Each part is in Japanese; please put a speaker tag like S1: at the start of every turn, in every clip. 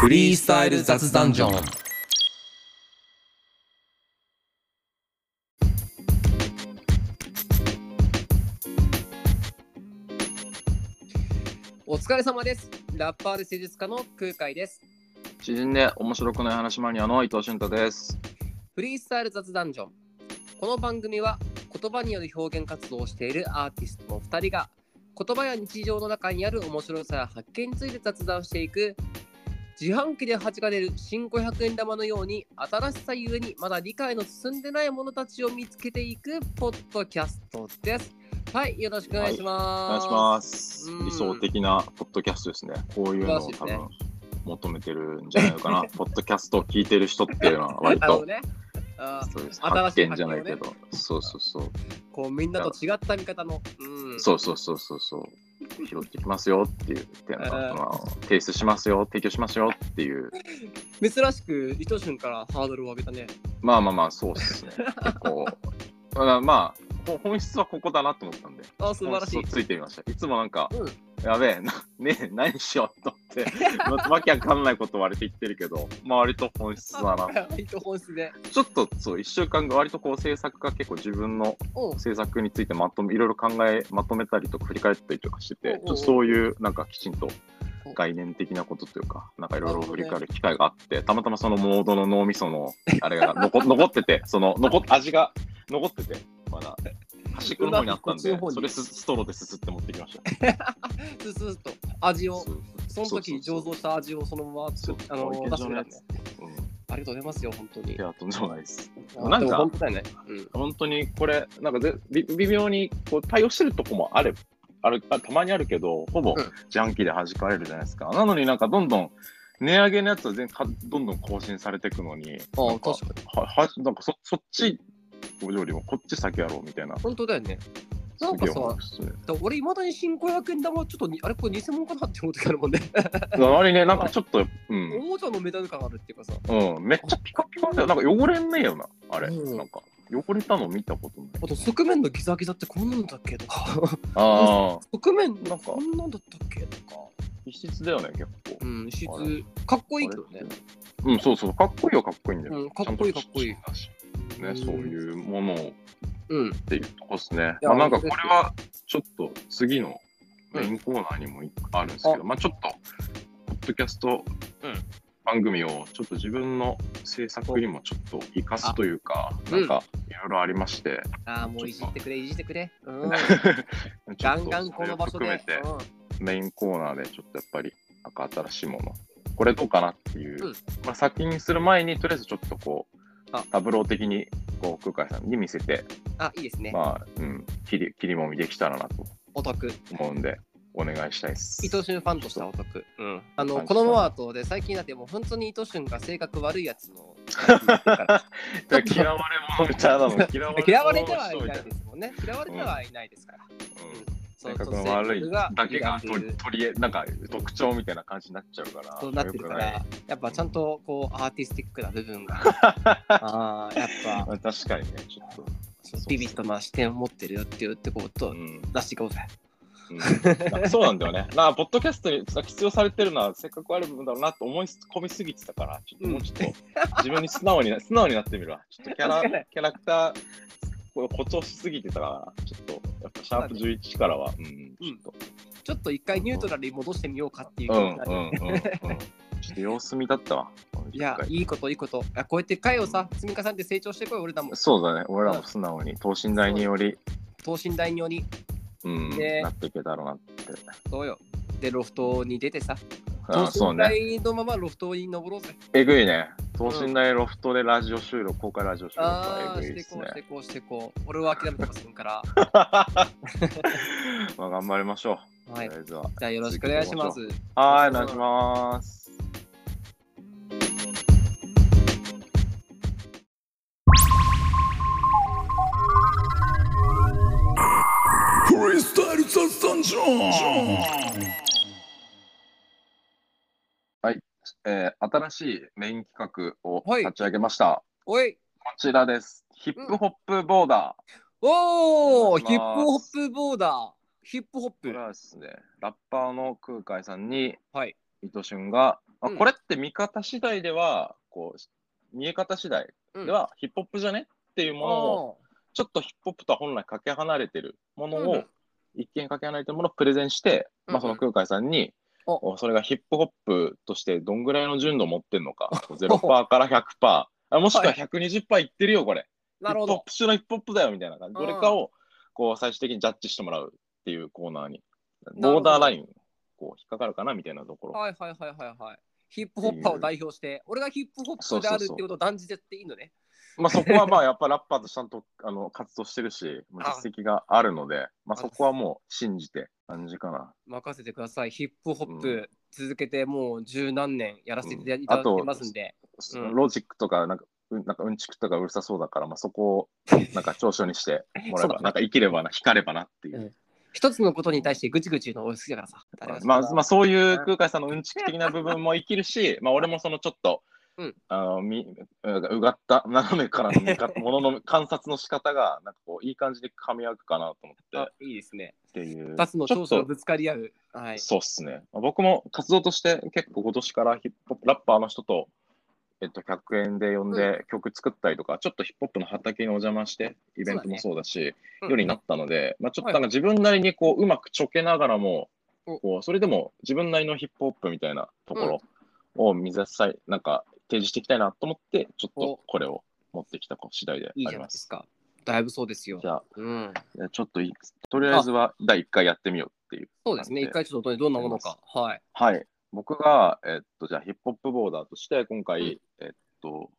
S1: フリースタイル雑談ジョン
S2: お疲れ様です。ラッパーで施術家の空海です。
S3: 知人で面白くない話マニアの伊藤俊太です。
S2: フリースタイル雑談ジョン。この番組は言葉による表現活動をしているアーティストの2人が言葉や日常の中にある面白さや発見について雑談していく自販機で弾かれる新500円玉のように新しさゆえにまだ理解の進んでないものたちを見つけていくポッドキャストです。はい、よろしくお願いし
S3: お願
S2: ま
S3: い
S2: す。
S3: します
S2: うん。
S3: 理想的なポッドキャストですね。こういうのを
S2: 素
S3: 多
S2: 晴らしい
S3: 分
S2: で
S3: 求めてるんじゃないの かな。ポッドキャストを聞いてる人っていうのは割
S2: なるほ
S3: と
S2: どね。あー
S3: そうです
S2: 新
S3: 発
S2: しい
S3: 見じゃないけど、そうそうそう、
S2: こうみんなと違った見方の。うん、
S3: そうそうそうそうそう。拾ってきますよっていうっていうの
S2: う
S3: が、
S2: ん
S3: まあ、提出しますよ、提供しますよっていう、
S2: 珍しく伊藤俊からハードルを上げたね。
S3: まあまあまあ、そうですね。結構、 まあまあ、ほ本質はここだなと思ったんで、
S2: あ、素晴らしい
S3: 本質を。ついてみました。いつもなんか、
S2: うん、
S3: やべえ、な ねえ、何しようと思って、 ま、わけわかんないこと割と言ってるけど、まあ割と本質だな。
S2: 割と本質で。
S3: ちょっとそう、1週間が割とこう制作が結構自分の
S2: おう
S3: 制作についてまとめ、いろいろ考え、まとめたりとか振り返ったりとかして
S2: おう
S3: て
S2: お、
S3: ち
S2: うお
S3: ょ
S2: う
S3: っとそういうなんかきちんと概念的なことというか、なんかいろいろ振り返る機会があって、たまたまそのモードの脳みその あれが残残ってて、その残っ味が残ってて、まだ端っこの方にあったん
S2: う
S3: で
S2: まくこっちの方、に
S3: それすストローですすって持ってきました。
S2: スースーっと味を
S3: そ、う
S2: その時に醸造した味をそのまま
S3: そ
S2: 作っ
S3: う
S2: あの
S3: そう
S2: 出してくれたんで
S3: いけん。じゃねうん
S2: ありがとうございますよ、本当に
S3: い。や、とんでもないです。
S2: あ
S3: なんか
S2: でも本当だよね。うん。
S3: 本当にこれ、なんかぜび微妙にこう対応してるとこもある、あるあたまにあるけど、ほぼ
S2: うん
S3: ジャンキーで弾かれるじゃないですか。なのになんかどんどん値上げのやつは全かどんどん更新されていくのに、
S2: あ
S3: なんか
S2: 確かに。
S3: ははなんかそそっちよりもこっち先やろうみたいな。
S2: 本当だよね。
S3: す
S2: なんか
S3: げえ
S2: さ
S3: 思いますね。
S2: だ俺、いまだに新500円玉、ちょっとに、あれ、これ偽物かなって思ってからもんね。
S3: 周りね、なんかちょっと、うん、
S2: おもちゃのメダル感あるっていうかさ。
S3: うん、めっちゃピカピカだよ。なんか汚れんねえよな、あれ。
S2: うん
S3: なんか、汚れたの見たことない。
S2: あと、側面のギザギザってこんなのだっけとか。
S3: ああ、
S2: 側面、
S3: なんか
S2: こんなんだったっけとか。
S3: 異質だよね、結構。
S2: うん、質
S3: あれ、
S2: かっこいいけどね。
S3: うん、そうそう、かっこいいはかっこいいんだよ。
S2: うん、かっこいい、か
S3: ちゃ
S2: っ
S3: んと
S2: こいい。
S3: ね、そう
S2: う。
S3: いうものをっ
S2: うん。
S3: ていうとこですね。
S2: いや
S3: まあ、なんかこれはちょっと次の
S2: うん
S3: メインコーナーにもあるんですけど、まあちょっと、ポッドキャスト
S2: うん
S3: 番組をちょっと自分の制作にもちょっと生かすというか、
S2: あ
S3: なんかいろいろあり まして、
S2: ああ、もういじってくれ、いじってくれ。 うん。
S3: ちょ
S2: ガ
S3: っ
S2: ン
S3: と
S2: ガンこの場所
S3: それを
S2: で。
S3: 含めてメインコーナーでちょっとやっぱりなんか新しいもの、これどうかなっていう、
S2: うん
S3: まあ先にする前にとりあえずちょっとこ
S2: あ
S3: う、タブロー的にこう空海さんに見せて、
S2: あ、いいですね。
S3: まあ、うん、切り、切りもみできたらなと
S2: お得。
S3: 思うんで、お願いしたいです。
S2: 伊藤俊ファンとしてはお得。うん。あの、
S3: はい
S2: このままとで、最近だってもう本当に伊藤俊が性格悪いやつ の。から
S3: だから 嫌われ者みたいな の、嫌われ者
S2: 嫌われてはい
S3: みた
S2: ないいですもんね。嫌われてはいないですから。
S3: うん
S2: そ
S3: 性
S2: の
S3: 格の悪いだけが
S2: 性格
S3: 取り取りえ、なんか特徴みたいな感じになっちゃうから。
S2: そうなってるか
S3: 良くない
S2: ら。、やっぱちゃんとこうアーティスティックな部分 が、ああ、やっぱ
S3: まあ 確かにね、ちょっと。
S2: そうビビッドな視点を持ってるよっていうってこと
S3: う
S2: を
S3: ん
S2: 出していこうぜ。
S3: うんなんかそうなんだよね。なあ、ポッドキャストに必要されてるのは、せっかくある部分だろうなと思い込みすぎてたから、ちょっともうちょっと、自分に素直にな、素直になってみるわ。ちょっとキャ
S2: 確か
S3: ラ
S2: に、
S3: キャラクター、こう誇張しすぎてたから、ちょっと、やっぱシャープ11からは、うん、ちょっと、
S2: ちょっと一回ニュートラルに戻してみようかっていう
S3: う
S2: 気
S3: ん、
S2: 持
S3: うん
S2: ち、になる
S3: うん、うん。ちょっと様子見だったわ。
S2: いや、いいこと、いいこと。あこうやって回をさ、積み重ねて成長してこい、俺らも。
S3: そうだね、俺らも素直に、等身大により、
S2: 等身大により、
S3: うん、
S2: ね
S3: なっていけたらなって。
S2: そうよ。で、ロフトに出てさ、
S3: あ、
S2: 等
S3: そう
S2: 身
S3: ね。
S2: 大のままロフトに登ろうぜ。
S3: えぐいね。等身大ロフトでラジオ収録、公開ラジオ収録
S2: あ
S3: は
S2: あ、
S3: えぐ
S2: し
S3: いで
S2: て
S3: す
S2: こう、
S3: ね
S2: し。てこう、してこう。俺は諦めてませんから。
S3: まあ頑張りましょう。
S2: はい
S3: とり。あえず は。
S2: じゃあ、よろしくお願いします。
S3: はい、お願いします。
S1: フリースタイル雑談ジョ
S3: えー新しいメイン企画を
S2: はい
S3: 立ち上げました。
S2: おい
S3: こちらです。ヒップホップボーダ
S2: お
S3: お
S2: おヒ
S3: 願いし
S2: ップホ
S3: ま
S2: ップボーダーヒップホッ
S3: ー。こ
S2: プ
S3: れはですね、ラッパーの空海さんに
S2: はい。
S3: 伊藤俊が、ままあ
S2: うん
S3: これって見方次第では、こう、見え方次第ではヒップホップじゃねっていうものを、ちょっとヒップホップとは本来かけ離れてるものを、
S2: うん
S3: 一見かけ離れてるものをプレゼンして、まあ、その空海さんに、
S2: お
S3: おそれがヒップホップとしてどんぐらいの純度を持ってん のか、0%から100%、あもしくは120%いってるよ、これ。
S2: なるほ
S3: ヒップホッ
S2: ど。
S3: プ中のヒップホップだよ、みたいな感じ。どれかを、こう、最終的にジャッジしてもらうっていうコーナーに、
S2: なる
S3: ボ
S2: ほど
S3: ーダーライン、こう、引っかかるかな、みたいなところ。
S2: はいはいはいはいはい。ヒップホッパーを代表して、俺がヒップホップであるってことを断じてっていいのね。
S3: まあ、そこはまあ、やっぱラッパーとちゃんと、あの、活動してるし、もう実績があるので、まあ、そこはもう信じて、感じかな。
S2: 任せてください。ヒップホッ
S3: う
S2: プ続けてもう十何年やらせていただいてますんで。
S3: そ
S2: うん
S3: ロジックとか、なんか、うんなんかうんちくとかうるさそうだから、まあ、そこをなんか長所 にしてもらえ
S2: そうだ
S3: ば、
S2: ね
S3: なんか生きればな、光ればなってい
S2: う
S3: う。
S2: ん一つのことに対してぐちぐち言うの俺好きだからさ。
S3: まあ、まあ、そういう空海さんのうんちく的な部分も生き るし、まあ、俺もそのちょっと、
S2: うん
S3: あのみなんかうがった斜めから の見方ものの観察の仕方が、なんかこう、いい感じで噛み合うかなと思っ
S2: あ
S3: て、
S2: いいですね。
S3: っていう。
S2: 二つの
S3: ちょ
S2: 長
S3: っ
S2: 所が
S3: と、
S2: ぶつかり合う。はい。
S3: そうっすね。まあ僕も活動として結構今年からヒップホップラッパーの人と、えっと、100円で呼んで曲作ったりとか、ちょっとヒップホップの畑にお邪魔して、イベントもそうだし、
S2: うん
S3: ようになったので、まあ、ちょっとな
S2: は
S3: んか自分なりにこう、うまくちょけながらも、
S2: お
S3: こうそれでも自分なりのヒップホップみたいなところを見指したい、なんか提示していきたいなと思って、ちょっ
S2: お
S3: とこれを持ってきた次第であ
S2: いいじ
S3: り
S2: ゃない
S3: ま
S2: です
S3: す。
S2: か。だいぶそうですよ
S3: じ。ゃあ
S2: うん。
S3: いや、ちょっといとりあえずは第1回やってみようっていう。
S2: そうですね。一回ちょっとどんなものか。はい。
S3: はい。僕が、えっと、じゃあヒップホップボーダーとして、今回、
S2: うん
S3: えっと、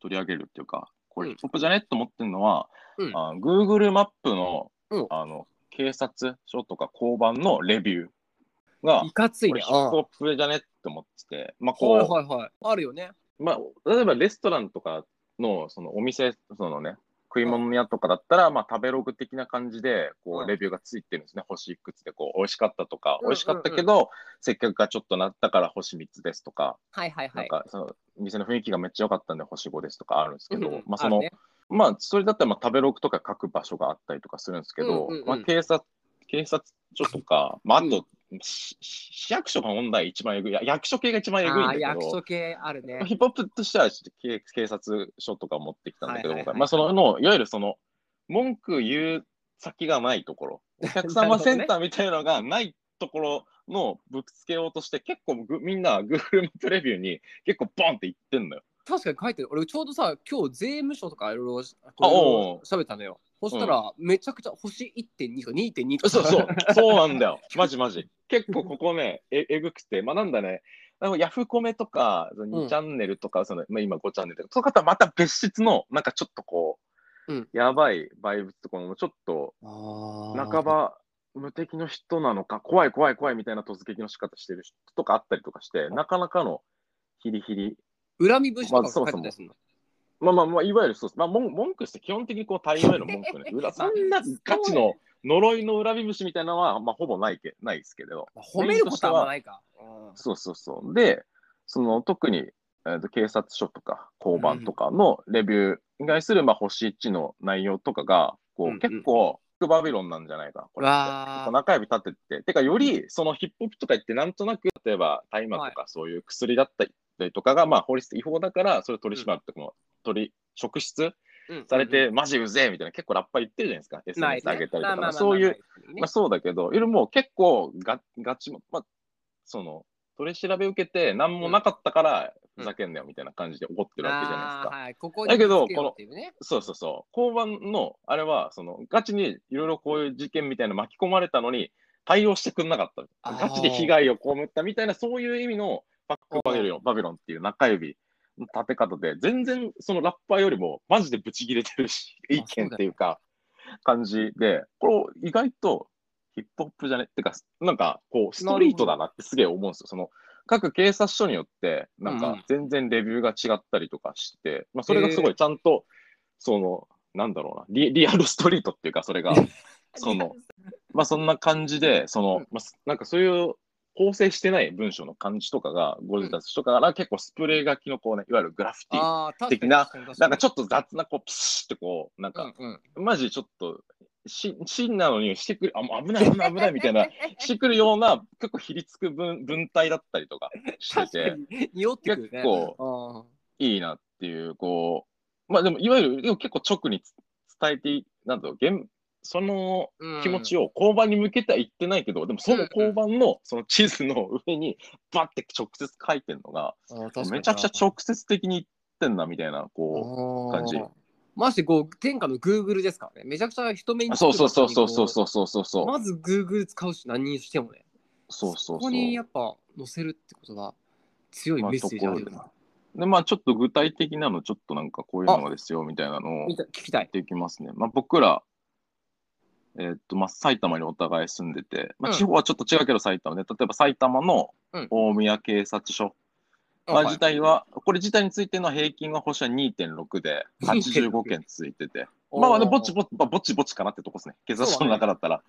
S3: 取り上げるっていうか、これ
S2: うん
S3: ヒップホップじゃねと思ってるのは、
S2: うん
S3: あ Google マップの、
S2: うん
S3: あの、警察署とか交番のレビューが、
S2: いかつい
S3: これ
S2: ね。
S3: ヒップ
S2: あ
S3: ホップじゃねって思ってて、まあ、
S2: あはい
S3: こ
S2: はいはい。あるよね。
S3: う、まあ、例えばレストランとかの、そのお店、そのね、食い物屋とかだったら、まあ、食べログ的な感じで、
S2: う
S3: こ
S2: ん
S3: う、レビューがついてるんですね。星いくつで、こう、美味しかったと
S2: う
S3: か、
S2: んうんうん
S3: 美味しかったけど、接客がちょっとなったから星3つですとか、
S2: はいはいは
S3: なん
S2: い。
S3: かその店の雰囲気がめっちゃ良かったんで星5ですとかあるんですけど、
S2: うん
S3: まあその
S2: るね
S3: まあそれだったらまあ食べログとか書く場所があったりとかするんですけど、
S2: うんうんうん
S3: まあ警察警察署とか、まああ
S2: う
S3: と、し市役所が問題一番えぐい、や役所系が一番えぐい
S2: あ
S3: んだ
S2: ー
S3: け
S2: 役
S3: ど
S2: 所。系あるね
S3: まあ。ヒップホップとしてはちょっと警警察署とか持ってきたんだけど、
S2: はいはいはい
S3: 今回まあそののいわゆるその文句言う先がないとこ ろ、お客様センターみたいなのがないところのぶつけようとして、結構ぐみんな Google マップレビューに結構ボンって言ってんのよ。
S2: 確かに書いてる。俺ちょうどさ、今日税務署とかいろい
S3: あ
S2: ろ
S3: おう
S2: 喋ったのよ。そしたら、めちゃくちゃ星1.2とか2.2とか。
S3: そうそう、そうなんだよ。マジマジ。結構ここね、ええぐくて、まあなんだね、あのヤフコメとか、その
S2: うん
S3: 2チャンネルとか、そのまあ、今5チャンネルとか、その方はまた別室の、なんかちょっとこう、
S2: うん
S3: やばいバイブとかも、ちょっと
S2: あー
S3: 半ば無敵の人なのか、怖い怖い怖いみたいな突撃の仕方してる人とかあったりとかして、なかなかのヒリヒリ。
S2: 恨み節とかも書いてたりするの。
S3: まあまあまあ、いわゆるそうです。まあ文文句して基本的にこう対応への文句 ね。裏そんなガチの呪いの恨み節みたいなのは、まあほぼないけないですけれど。
S2: まあ褒めることはあんまないか。
S3: そうそうそう。で、その特に、えーと警察署とか交番とかのレビューに対する、まあ、星1の内容とかがこう、
S2: うんうん
S3: 結構バビロンなんじゃないかなこれって
S2: わー
S3: 中指立てててかよりそのヒップホップとか言ってなんとなく例えば大麻とかそういう薬だったりとかが、まあ、法律違法だからそれを取り締まるとかも、取り職質
S2: うん
S3: されて、、マジうぜえみたいな結構ラッパー言ってるじゃないですか
S2: ない
S3: SNS
S2: ね
S3: 上げたり
S2: まあ
S3: と
S2: まあまあまあ
S3: かそういう
S2: ね
S3: まあ、そうだけど、いるもう結構がガチも、まあ、その、取り調べ受けて何もなかったから、
S2: うん
S3: ふざけんなよみたいな感じで怒ってるわけじゃないです
S2: あ
S3: か。
S2: ーはい、ここに
S3: だけど
S2: つようっていうね
S3: そうそうそう。交番の、あれは、その、ガチにいろいろこういう事件みたいなの巻き込まれたのに、対応してくんなかっ
S2: あ
S3: た。
S2: ー
S3: ガチで被害を被ったみたいな、そういう意味のバックバビロンバビロンっていう中指の立て方で、全然そのラッパーよりもマジでブチ切れてるし、
S2: あ
S3: 意見っていうか、感じで、これ意外とヒップホップじゃねってか、なんかこう、ストリートだなってすげえ思うんですよ。その各警察署によって、なん
S2: う
S3: か
S2: ん
S3: 全然レビューが違ったりとかして、まあ、それがすごいちゃんと、その、なんだろうなリ、リアルストリートっていうか、それが、その、まあそんな感じで、その、まあ、すなんかそういう構成してない文章の感じとかが、ゴリラスとかが結構スプレー書きのこうね、いわゆるグラフィティ。
S2: あー
S3: 的な、
S2: 確かに確かに確
S3: なんか
S2: か
S3: ちょっと雑な、こう、ピシッってこう、なん
S2: に
S3: か、マジちょっとし、真なのにしてくる、あ、もう危ない、危ない、危ないみたい な、してくるような、結構ひりつく文文体だったりとかして
S2: 確か
S3: て、
S2: に匂ってくるね
S3: 結構
S2: 構
S3: いいなっていう、こう、まあでも、いわゆる、でも結構直につ伝えてい、なんだろう、現その気持ち
S2: を
S3: を交番に向けては言ってないけど、でもその交番のその地図の上にバッて直接書いてんのが、めちゃくちゃ直接的に言ってんなみたいな、こ感じ
S2: ましてこう天下のグーグルですからねめちゃくちゃ人目
S3: う。
S2: に
S3: あ
S2: つく
S3: そうそうそうそうそう
S2: う
S3: そうそうそうそう。
S2: まずグーグル使うし何にしてもね
S3: そうそうそう。
S2: ここにやっぱ載せるってことは強いメッセージあるよな、
S3: まあとで、まあちょっと具体的なの、ちょっとなんかこういうのがですよみたいなのを
S2: 見
S3: 言
S2: た聞きたい
S3: っ、ていきますね。まあ僕ら、えーっと、まあ埼玉にお互い住んでて、まあ
S2: うん
S3: 地方はちょっと違うけど埼玉で、例えば埼玉の
S2: うん
S3: 大宮警察署まあ、自体は、これ自体についての平均は保証は2.6で、85件続いてて、まあまあ、ぼち
S2: ぼ
S3: ぼち、まあ、ぼちぼちかなってとこですね。警察署の中だったら。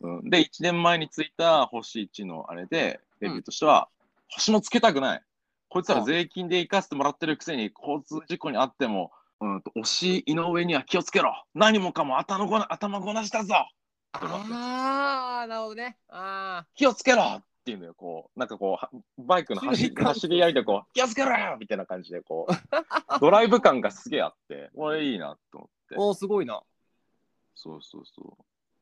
S2: うん
S3: うん、で、1年前についた星1のあれで、レビューとしては、星もつけたくない。こいつら税金で生かしてもらってるくせに、交通事故にあっても、うんと、推し井上には気をつけろ。何もかも頭ごな頭ごなしだぞ。
S2: ああなるほどねあ
S3: 気をつけろっていうのよ、こう、なんかこうは、バイクの走
S2: 注
S3: り
S2: 意喚起
S3: 走り合いでこう、気をつけろよみたいな感じで、こう、ドライブ感がすげえあって、これいいなと思って
S2: あ。おーすごいな
S3: そうそうそう。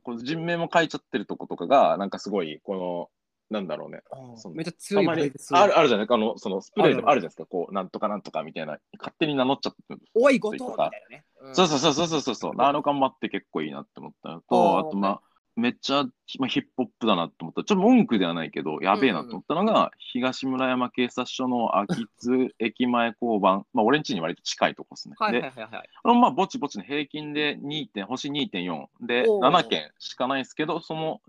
S3: これ人名も書いちゃってるとことかが、なんかすごい、この、なんだろうね。その
S2: めっちゃ強
S3: あ
S2: い
S3: ま
S2: バイ
S3: り
S2: ブする
S3: あるあるじゃないか、あの、そのスプレーでも
S2: あ
S3: あ
S2: る
S3: るじゃないですか、こう、なんとかなんとかみたいな、勝手に名乗っちゃってる。
S2: おい後藤みたいなね、うん
S3: そうそうそうそうそうそうそう、あの看板って結構いいなって思ったのと、
S2: あ
S3: あ
S2: ー
S3: とまあ、めっちゃ、まあ、ヒップホップだなって思った、ちょっと文句ではないけど、やべえなと思ったのが、東村山警察署の秋津駅前交番、まあ、俺んちに割と近いとこですね。
S2: はいはい
S3: で、
S2: はいはい
S3: あのまあ、ぼちぼちの平均で2点、星2.4で、
S2: おー
S3: 7件しかないんですけど、その、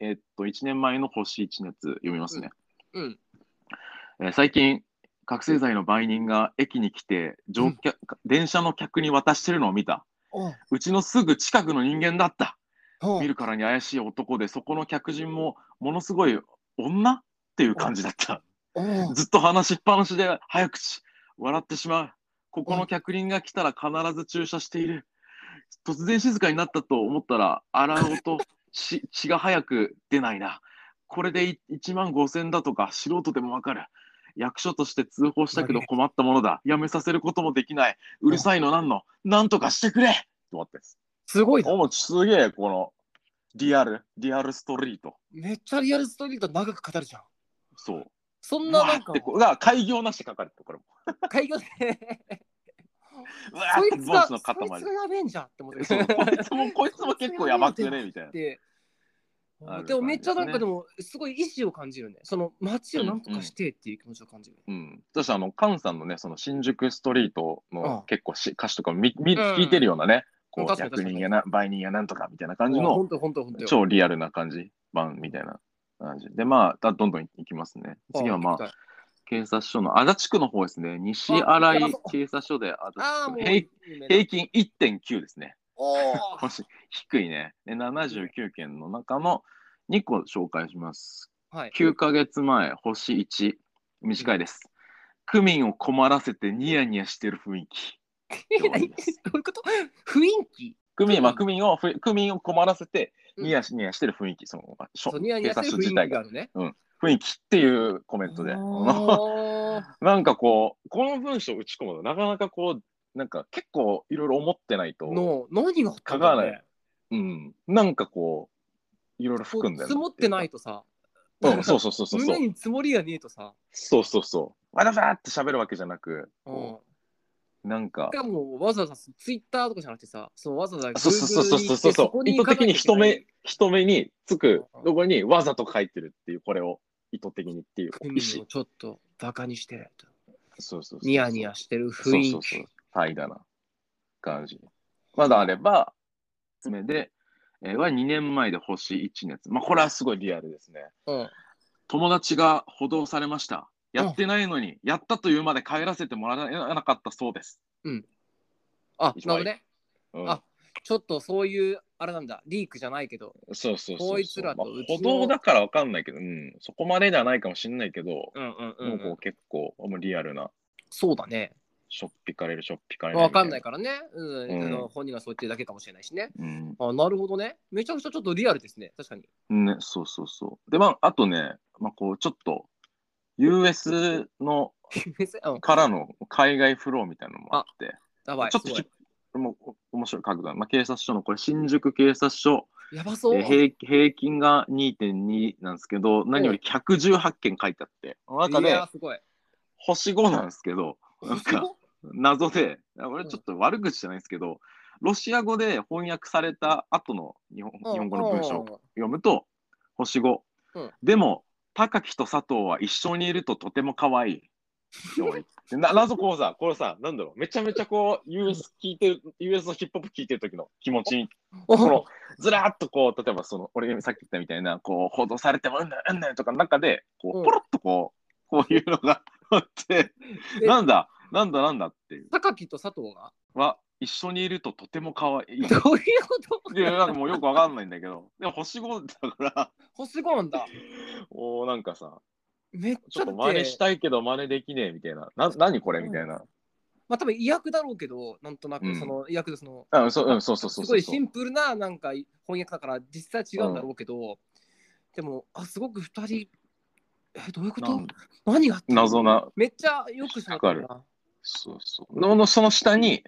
S3: えっと、1年前の星1のやつ読みますね。
S2: うん
S3: えー最近覚醒剤の売人が駅に来て乗客、電車の客に渡してるのを見た
S2: おう
S3: うちのすぐ近くの人間だった
S2: おう
S3: 見るからに怪しい男でそこの客人もものすごい女っていう感じだった
S2: おう
S3: ずっと話しっぱなしで早口笑ってしまうここの客人が来たら必ず駐車している突然静かになったと思ったら洗う音し 血が早く出ないなこれで1万5000だとか素人でもわかる役所として通報したけど
S2: 悪い
S3: 困ったものだやめさせることもできないうるさいのなんのなんとかしてくれと思ってます
S2: すごいな
S3: おもすげえこのリアルリアルストリート
S2: めっちゃリアルストリート長く語るじゃん
S3: そう
S2: そん
S3: う
S2: な
S3: わ
S2: な
S3: ー
S2: んか
S3: ってこうが開業なしって書かれてるこれも
S2: 開業で
S3: うわーっ
S2: そ
S3: て
S2: いつ
S3: ボ
S2: がそ
S3: ス
S2: い
S3: の
S2: つ
S3: 塊
S2: がやべえんじゃんって思 って
S3: そうこいつもこいつも結構やばくねみたいな。
S2: で
S3: ある
S2: でもめっちゃなんか
S3: 感じですね
S2: でもすごい意志を感じるねその街をなんとかしてっていう気持ちを感じるね、
S3: うん、そしてあのカンさんのねその新宿ストリート
S2: ああ
S3: の結構し歌詞とかみみ
S2: うん
S3: 聞いてるようなね、
S2: うん
S3: こう
S2: 確かに
S3: 役人やな売人やなんとかみたいな感じの
S2: 本当本当本当
S3: 超リアルな感じ版みたいな感じでまあだどんどんいきますね次はまあ警察署の足立区の方ですね西新井警察署で
S2: あ
S3: 足
S2: あもう
S3: 立区平平均1.9ですね
S2: おお
S3: もし低いねで79件の中の2個紹介します
S2: はい
S3: 9ヶ月前、星1、短いです。区民を困らせてニヤニヤしてる雰囲気。
S2: どういうこと雰囲気
S3: 区民、まあ、
S2: 区
S3: 区民をふ、区民を困らせて
S2: うん
S3: ニヤニヤしてる雰囲気、その、まあしょ
S2: そうニヤニヤしてる
S3: 警
S2: 雰
S3: 察自
S2: 囲
S3: 体
S2: 気があ
S3: が
S2: るね
S3: 雰囲気っていうコメントで、
S2: おー
S3: なんかこう、この文章を打ち込むと、なかなかこう、なんか結構いろいろ思ってないと、
S2: の何があったんだろうね
S3: うん、なんかこう、いろいろ
S2: こ
S3: 含ん
S2: う
S3: でる。
S2: 積もってないとさ
S3: うん、そうそうそうそ うそ
S2: 胸
S3: う。
S2: に積もりがねえとさ
S3: そうそうそう。わだわだって喋るわけじゃなく、
S2: うん
S3: こうなんか
S2: し、かもわざわざツイッターとかじゃなくてさ、そのわざわざ Google に
S3: そうそうそうそうそうそう意
S2: 行
S3: 図
S2: って
S3: 的に人目。
S2: そ
S3: 人目につく
S2: うん
S3: とこにわざと書いてるっていうこれを意図的にっていう
S2: こに
S3: 意
S2: 行かなきゃいけない国民
S3: 思
S2: をちょっとバカにしてると。
S3: そうそうそう
S2: ニヤニヤしてる
S3: そ
S2: 雰
S3: うそう
S2: 囲
S3: そう
S2: 気。
S3: 怠惰な感じまだあれば爪で、えーは2年前で星1のやつまあこれはすごいリアルですね
S2: うん
S3: 友達が補導されましたやってないのにやったというまで帰らせてもらえなかったそうです、
S2: あ、
S3: 一
S2: な
S3: 番い
S2: るほど
S3: い
S2: ね。
S3: うん
S2: あちょっとそういう、あれなんだ、リークじゃないけど。
S3: そうそうそうそう
S2: こいつらとうちの
S3: まあ、補導だからわかんないけど、うん、そこまでではないかもしれないけど、
S2: うんうん
S3: もうこう結構もうリアルな
S2: そうだね。
S3: しょっぴかれる、しょっぴかれる。
S2: わかんないからね、うん
S3: うん
S2: あの本人がそう言ってるだけかもしれないしね。
S3: うん。
S2: あなるほどね。めちゃくちゃちょっとリアルですね。確かに。
S3: ね、そうそうそう。で、まあ、あとね、まあ、こう、ちょっと、US の
S2: うん
S3: からの海外フローみたいなのもあって、
S2: やばい。
S3: ち
S2: す
S3: ょっと
S2: ごい
S3: もうお面白い角度だまあ、警察署の、これ、新宿警察署、
S2: やばそう。
S3: で平平均が2.2なんですけど、何より118件書いてあって、その中
S2: い
S3: で
S2: や、すごい。
S3: 星5なんですけど、なん
S2: す
S3: か
S2: ご
S3: 謎で、俺ちょっと悪口じゃないですけど、ロシア語で翻訳された後の日本
S2: うん
S3: 日本語の文章
S2: うん
S3: を読むと、星5。
S2: うん
S3: でも、高木と佐藤は一緒にいるととても可 愛い。よいな謎講座、これさ、なんだろう、めちゃめちゃこう、US 聞いてる、US のヒップホップ聞いてる時の気持ちに
S2: お
S3: このずらーっとこう例えばその俺がさっき言ったみたいなこう報道されてもうんぬんうんぬんとかの中でこ
S2: うん
S3: うポロッとこう、こういうのがあって
S2: え
S3: なんだなんだなんだっていう
S2: 高木と佐藤が
S3: は一緒にいるととても可 愛い。
S2: どういうこ
S3: いやなんかもうよくわかんないんだけどでも星5だから
S2: と星5なんだ。
S3: おーなんかさ
S2: めっ
S3: ち
S2: ち
S3: ょ
S2: ゃ
S3: っ
S2: だ
S3: と
S2: っ
S3: 真似
S2: て
S3: したいけど真似できねえみたいなな何これみたいな
S2: まあ多分意訳だろうけど、なんとな
S3: う
S2: く
S3: ん
S2: その意訳でその、
S3: あうんそううんそうそう
S2: す
S3: そう
S2: ご
S3: そう
S2: いシンプルななんか翻訳だから実際違うんだろうけど、でも、あ、すごく2人、え、どういうこ
S3: な
S2: と
S3: ん
S2: 何があったの
S3: 謎な
S2: めっちゃよくしなかったな。
S3: そうそう。ののその下に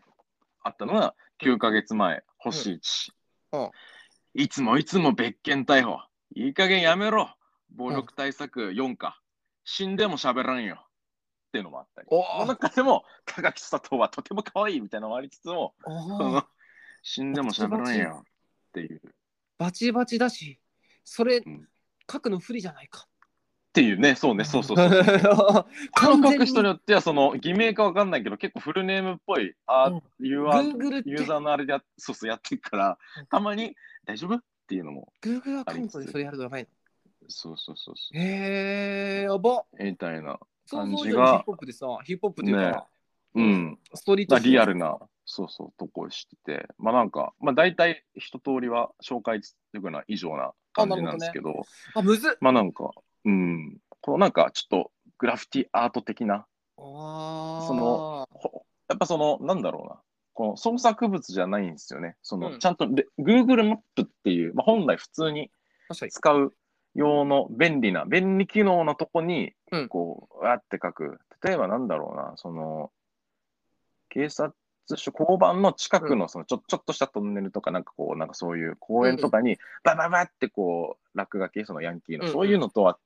S3: あったのが9ヶ月前、星1、
S2: うん
S3: いつもいつも別件逮捕。いい加減やめろ。暴力対策4か。死んでも喋らんよ。っていうのもあったり。
S2: お
S3: その中でも、高木佐藤はとても可愛いみたいなのもありつつも、そ
S2: お
S3: の死んでも喋らんよ。っていう。っ
S2: バチバチだし、それ、
S3: うん
S2: 書くの不利じゃないか。
S3: ていうね、そうね、そうそうそう。感
S2: 完全
S3: 覚
S2: に
S3: 人によっては、その偽名かわかんないけど、結構フルネームっぽい、あ、UR
S2: Google って
S3: ユーザーのあれでやっそうそうやってるから
S2: うん、
S3: たまに大丈夫っていうのも、
S2: Google アカウントでそれやるのやばいの。
S3: そうそうそうそ
S2: へえー、やば。
S3: う、みたいな、
S2: 想
S3: 感
S2: 像以
S3: じ
S2: 上のヒッ
S3: が
S2: プホップでさ、ヒップホップというか、
S3: ねうん、
S2: ストリー
S3: ま
S2: ト
S3: あリアルな、そうそう、とこをしてて、まあなんか、まあ大体一通りは紹介するような以上な感じなんですけど、
S2: あ、むずっ。
S3: まあなんか、うん、このなんかちょっとグラフィティアート的な、
S2: あ
S3: そ
S2: の、
S3: ほやっぱその、なんだろうな。この創作物じゃないんですよね。その、
S2: うん
S3: ちゃんとで Google マップっていう、まあ、本来普通に
S2: 確かに。
S3: 使う用の便利な、便利機能のとこに
S2: うん、
S3: こう、わーって書く。例えばなんだろうな、その、警察署、交番の近くの、そのちょ、ちょっとしたトンネルとか、なんかこう、なんかそういう公園とかに、バババってこう、落書き、そのヤンキー
S2: うんう
S3: の、
S2: ん
S3: そういうのとは、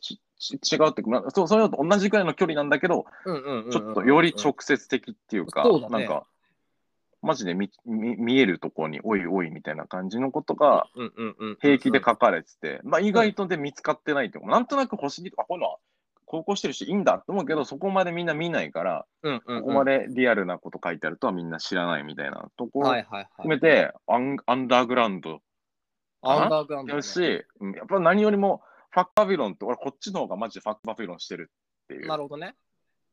S3: ちち違うっていうか、まあそう、そういうのと同じくらいの距離なんだけど、
S2: うんうんうんうん
S3: ちょっとより直接的っていうか、
S2: そうだね
S3: なんか、マジで見見見えるところに、おいおいみたいな感じのことが、
S2: うんうんうんうん
S3: 平気で書かれてて、まあ、意外とで見つかってないっていうか、なんとなく星に、あ、こういうのは高校してる人いいんだと思うけど、そこまでみんな見ないから、
S2: うんうんうん
S3: ここまでリアルなこと書いてあるとはみんな知らないみたいなところ
S2: はい
S3: 含
S2: はいはい。
S3: めて、アンアンダーグラウンド
S2: アンダーグラウンド、ね
S3: だ。し、うんやっぱ何よりもファックバビロンって、俺こっちの方がマジでファックバビロンしてるっていう
S2: なるほどね。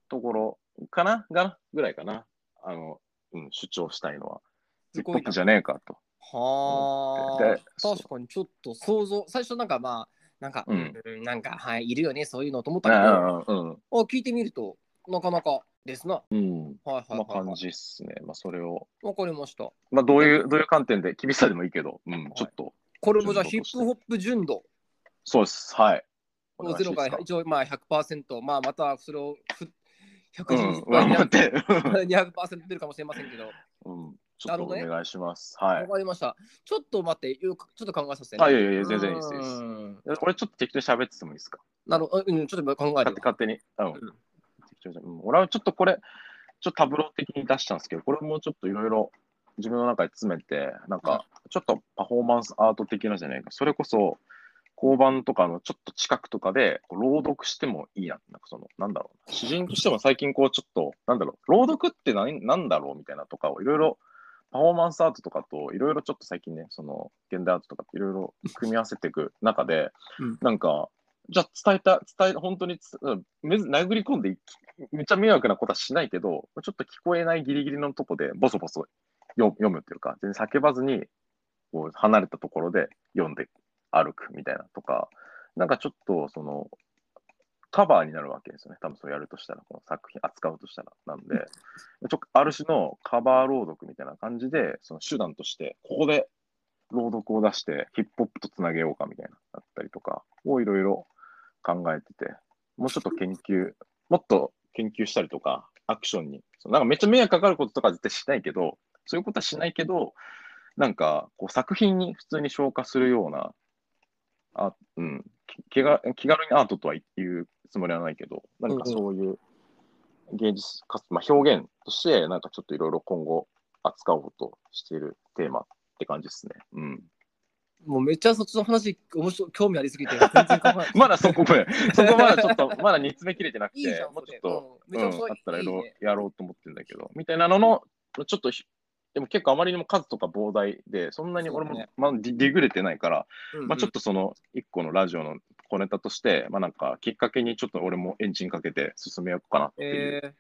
S3: ところかながなぐらいかな。あの、うん、主張したいのは。
S2: す
S3: ヒップ
S2: ご
S3: ホ
S2: い
S3: ップ
S2: な
S3: じゃねえかと。
S2: は
S3: で
S2: あ。確かにちょっと想像、最初なんかまあ、なんか、
S3: うん
S2: うんなんか、はい、いるよね、そういうのと思っ
S3: う
S2: たけど、あ
S3: んうん
S2: 聞いてみると、なかなかですな。は
S3: うん。うん。
S2: いはい
S3: こ
S2: は、
S3: んない
S2: は
S3: 感
S2: い。
S3: じっすね。まあ、それを。
S2: わかりました。
S3: まあ、どういう、どういう観点で、厳しさでもいいけど、うん、
S2: い
S3: ちょっと、
S2: これもじゃあヒップホップ純度
S3: そうです、はい。お
S2: の
S3: 願いし
S2: 0
S3: ま
S2: か
S3: す
S2: ら一応まあ100%、まあまたそれをふ
S3: う
S2: 120
S3: ん、
S2: 倍
S3: 頑張っ
S2: に
S3: て、
S2: 200%出るかもしれませんけど、わ、
S3: うん、ちょっとお
S2: なるほどね
S3: 願いします。はい。
S2: かりました。ちょっと待って、よくちょっと考えさせて、
S3: あ、いやいやいや、全然いいですいいで
S2: う
S3: す。
S2: ん
S3: これちょっと適当に喋っててもいいですか
S2: なるほど、うん、ちょっと考え
S3: 勝
S2: る
S3: 手勝手に。うん
S2: うん
S3: 適当にうん俺はちょっとこれ、ちょっとタブロー的に出したんですけど、これもちょっといろいろ自分の中で詰めて、なんか、ちょっとパフォーマンスアート的なじゃないか。それこそ、交番とかのちょっと近くとかで、こう朗読してもいいな。なんかその、なんだろう。詩人としても最近こう、ちょっと、なんだろう。朗読って何なんだろうみたいなとかをいろいろ、パフォーマンスアートとかといろいろちょっと最近ね、その、現代アートとかっていろいろ組み合わせていく中で、
S2: うん
S3: なんか、じゃあ伝えた、伝え、本当につ、うんめず殴り込んでいき、めっちゃ迷惑なことはしないけど、ちょっと聞こえないギリギリのとこで、ボソボソ読読むっていうか、全然叫ばずに、こう離れたところで読んで歩くみたいなとか、なんかちょっと、その、カバーになるわけですよね。多分そうやるとしたら、この作品扱うとしたら。なんで、ちょある種のカバー朗読みたいな感じで、その手段として、ここで朗読を出して、ヒップホップとつなげようかみたいな、だったりとかをいろいろ考えてて、もうちょっと研究、もっと研究したりとか、アクションに、そのなんかめっちゃ迷惑かかることとかは絶対しないけど、そういうことはしないけど、なんかこう作品に普通に消化するような、あうん、き気が気軽にアートとは言うつもりはないけど、何かそういう芸術活動、まあ、表現として、なんかちょっといろいろ今後扱おうとしているテーマって感じですね。うん、。
S2: もうめっちゃそっちの話、面白い興味ありすぎて、全然構わない
S3: まだそこまで、そこまだちょっと、まだ煮詰めきれてなくて、
S2: いいじゃん、
S3: もう
S2: そ
S3: ちょ
S2: れ
S3: っと、
S2: うん、め
S3: う
S2: ち
S3: ん、
S2: ゃく
S3: あ
S2: ちゃい
S3: ったらい
S2: い、
S3: ろいろ
S2: ね。
S3: やろうと思ってるんだけど、みたいなのの、ちょっとひ、でも結構あまりにも数とか膨大で、そんなに俺
S2: そうだ
S3: も
S2: ね、
S3: まあ、ディディグれてないから、
S2: うん
S3: まあ、ちょっとその一個のラジオの小ネタとして、まあ、なんかきっかけにちょっと俺もエンジンかけて進めようかなっていう
S2: えー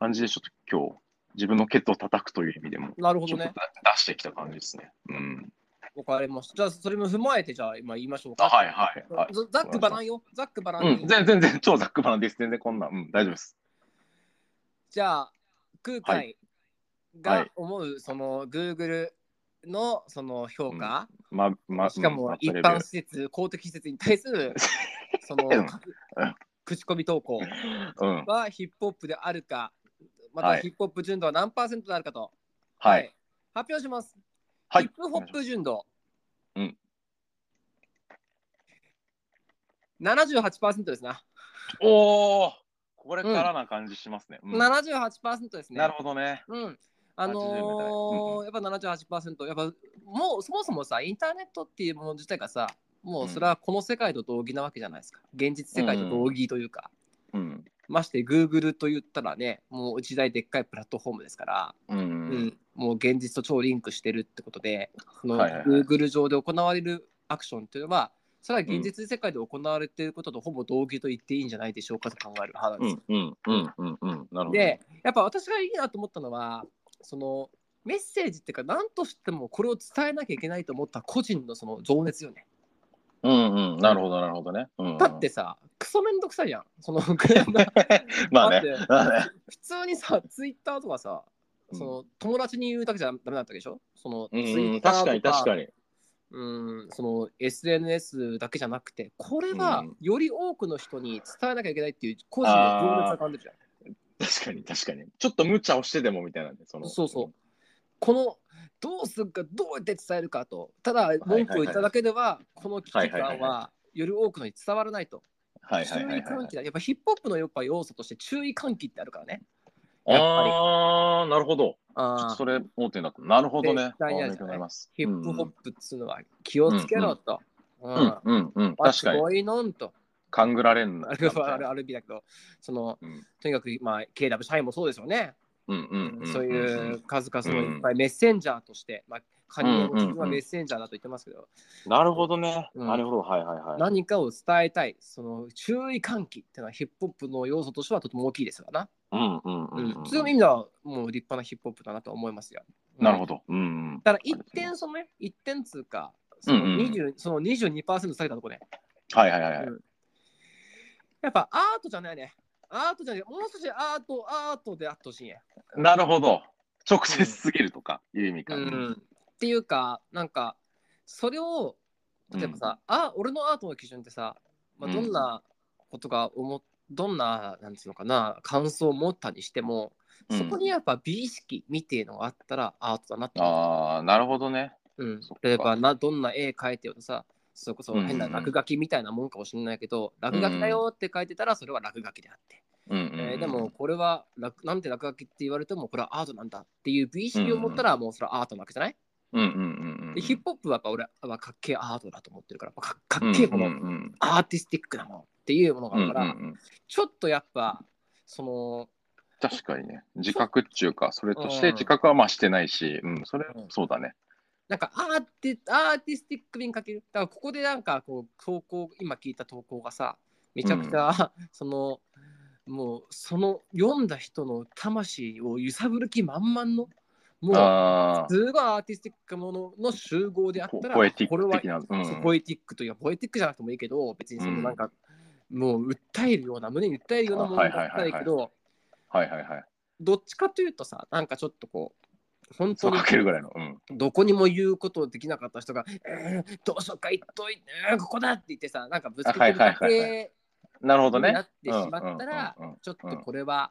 S3: 感じで、ちょっと今日、自分のケツを叩くという意味でも、
S2: なるほ
S3: ちょ
S2: ど
S3: っと出
S2: ね。
S3: してきた感じですね。うん。
S2: わかりました。じゃあ、それも踏まえて、じゃあ、今言いましょう
S3: あ、
S2: か。
S3: はいはい、はい。
S2: ざざっくばらんよ。ざっくばらん
S3: う
S2: に、
S3: ん、全然、全然、超ざっくばらんです。全然こんなん、うん、大丈夫です。
S2: じゃあ、空海
S3: は
S2: が
S3: い
S2: 思う、その Google のその評価、
S3: ま、ま、
S2: しか
S3: う
S2: も
S3: ん
S2: 一般施設、公的施設に対す るその
S3: うん
S2: 口コミ投稿
S3: うん。
S2: はヒップホップであるか、ま
S3: は
S2: た
S3: い
S2: ヒップホップ純度は何パーセントであるかと、
S3: はい。
S2: 発表します。
S3: はい
S2: ヒップホップ純度、
S3: うん、
S2: 78%ですな。
S3: おおこれからな感じしますね。うん
S2: 78%ですね。
S3: なるほどね。
S2: うん。あのー
S3: 80
S2: やっぱ78%、やっぱもうそもそもさ、インターネットっていうもの自体がさ、もうそれはこの世界と同義なわけじゃないですか。現実世界と同義というか、
S3: うん。
S2: まして Google と言ったらね、もう一大でっかいプラットフォームですから、
S3: うん。
S2: う
S3: うん
S2: ん、もう現実と超リンクしてるってことで、その
S3: はいはいはい
S2: Google 上で行われるアクションというのは、それは現実世界で行われていることとほぼ同義と言っていいんじゃないでしょうかと考える派なんですよ
S3: うん。うん。うん。うん。うん。なるほど。
S2: でやっぱ私がいいなと思ったのはそのメッセージっていうか何としてもこれを伝えなきゃいけないと思った個人のその情熱よね。
S3: うん。うん。なるほど。なるほどね。うん。
S2: だってさクソめんどくさいやん。その
S3: まあね
S2: だって。
S3: まあね。
S2: 普通にさツイッターとかさ
S3: うん
S2: その友達に言うだけじゃダメだったわけでしょそのツ
S3: う
S2: イ
S3: んうん。
S2: ッター
S3: 確かに、
S2: とか
S3: 確かに。
S2: うんその SNS だけじゃなくてこれは
S3: うん
S2: より多くの人に伝えなきゃいけないっていう個人の情熱が感じるじゃん。
S3: 確かに、確かに。ちょっと無茶をしてでもみたいなんで、その。
S2: そうそう。このどうするかどうやって伝えるかとただ
S3: はい
S2: 文句を言っただけではこの危機
S3: はいはいは
S2: 感
S3: いは
S2: はより多くのに伝わらないと
S3: はい。
S2: 注
S3: は
S2: 意
S3: い。はい。
S2: 喚
S3: はい
S2: 起だやっぱヒップホップのやっぱ要素として注意喚起ってあるからねやっぱり
S3: ああ、なるほど。ちょっ
S2: あ
S3: と
S2: ー
S3: それ、盲点だった。なるほどね。
S2: で大事
S3: あー
S2: なんじゃ
S3: 勉強に
S2: な
S3: ないります。
S2: ヒップホップっつうのは気をつけろとうん
S3: うん。うん。うん。うん
S2: バ
S3: 確
S2: チ
S3: かに。
S2: ボーイノンと
S3: 勘ぐられんな。
S2: あれはあれある日だけどその
S3: うん
S2: とにかくまあ KW 社員もそうですよね
S3: うんうんうん。
S2: そういう数々の
S3: うん
S2: いっぱいメッセンジャーとしてまあカニエも自分
S3: うんうんう
S2: は
S3: ん
S2: メッセンジャーだと言ってますけど
S3: なるほどね。
S2: うん
S3: なるほど。はいはいはい。
S2: 何かを伝えたい、その注意喚起っていうのはヒップホップの要素としてはとても大きいですからな。
S3: うんうんう
S2: うんん
S3: う、ん。
S2: そういう意味ではもう立派なヒップホップだなと思いますよ。
S3: なるほ
S2: ど。
S3: ど。うんうん。
S2: だから一点そのね、一点通過、そ
S3: うん
S2: の
S3: うんうん
S2: 20、その22%下げたとこね。
S3: はいはいはいはい。
S2: うんやっぱアートじゃないね。アートじゃない。もう少しアート、アートであってほしいね。
S3: なるほど。直接すぎるとかいう意味か。
S2: うん。っていうか、なんか、それを、例えばさ、あ、俺のアートの基準ってさ、まあ、
S3: うん
S2: どんなことが思っ、どんな、なんつうのかな、感想を持ったにしても、
S3: うん
S2: そこにやっぱ美意識みてえのがあったらアートだなって思う
S3: ああ、なるほどね。
S2: うん
S3: そっか、
S2: 例えばな、どんな絵描いてよとさ、それこそ変な
S3: うんうんうん
S2: 落書きみたいなもんかもしれないけど、落書きだよって書いてたらそれは落書きであって、
S3: うんうん
S2: えーでも、これは落なんて落書きって言われてもこれはアートなんだっていう美意識を持ったらもうそれはアートなわけじゃない、
S3: うんうんうんうん。
S2: でヒップホップはやっぱ俺はかっけえアートだと思ってるからかかっけえもの、
S3: うんうん
S2: アーティスティックなものっていうものが
S3: う
S2: あ
S3: ん
S2: るから、
S3: うんうん
S2: ちょっとやっぱその
S3: 確かにね。自覚っていうか、それとして自覚はまあしてないし、うん、それ
S2: う、ん
S3: そうだね。
S2: なんかアーティアーティスティックにかけるだからここでなんかこう投稿今聞いた投稿がさめちゃくちゃ、 そのもうその読んだ人の魂を揺さぶる気満々のも
S3: あ
S2: うすごいアーティスティックなものの集合であ
S3: あ、
S2: ったら
S3: ポエティッ
S2: これ
S3: ク
S2: は
S3: 的な。うん
S2: そうポエティックというかポエティックじゃなくてもいいけど別にそのなんか、もう訴えるような胸に訴えるようなもの
S3: あは
S2: だ
S3: いはい
S2: った
S3: はいはい
S2: けど
S3: はいはいはい。
S2: どっちかというとさなんかちょっとこう本
S3: そ
S2: 当
S3: う
S2: に
S3: かけるぐらいの。うん。
S2: どこにも言うことできなかった人が「えー、図書館行っといて、えーここだ!」って言ってさなんかぶつけてるだ
S3: はいはいはい
S2: け
S3: なるほどね。
S2: になってしまったら
S3: うんうんうん
S2: ちょっとこれは、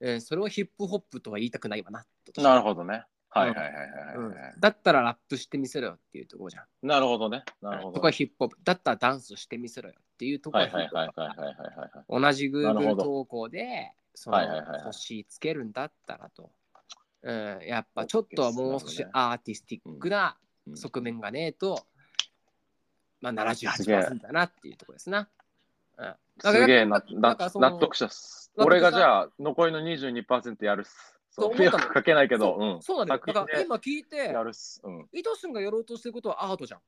S2: えーそれをヒップホップとは言いたくないわな
S3: うんなるほどね。はいはいはいはいは
S2: うん
S3: いはい。
S2: だったらラップしてみせろよっていうところじゃん。
S3: なるほどね。なるほ
S2: そ
S3: ど。
S2: こ
S3: は
S2: はいヒップホップ。だったらダンスしてみせろよっていうとこ
S3: は
S2: ろ
S3: いはいはいはいはいはいはい。
S2: 同じ
S3: なるほ
S2: Google
S3: ど
S2: 投稿で、その、
S3: はいはいはいはい
S2: 星つけるんだったらと。うん、やっぱちょっとはもう少し
S3: なるほ
S2: アーティスティックな
S3: うん
S2: 側面がねえと、まあ
S3: すげえ
S2: 78%だなっていうところですな。うん、
S3: すげえな
S2: なんか
S3: な
S2: その
S3: 納得したっす。
S2: 納得した
S3: 俺がじゃあ残りの22%やるっす。
S2: そう
S3: そう
S2: 思
S3: 迷
S2: ったの
S3: 惑かけないけど、うん。
S2: そうなんだよ。
S3: 作
S2: だか
S3: 品
S2: ら
S3: で
S2: 今聞いて
S3: や、るっす。うん。
S2: イトシンがやろうとしてることはアートじゃん。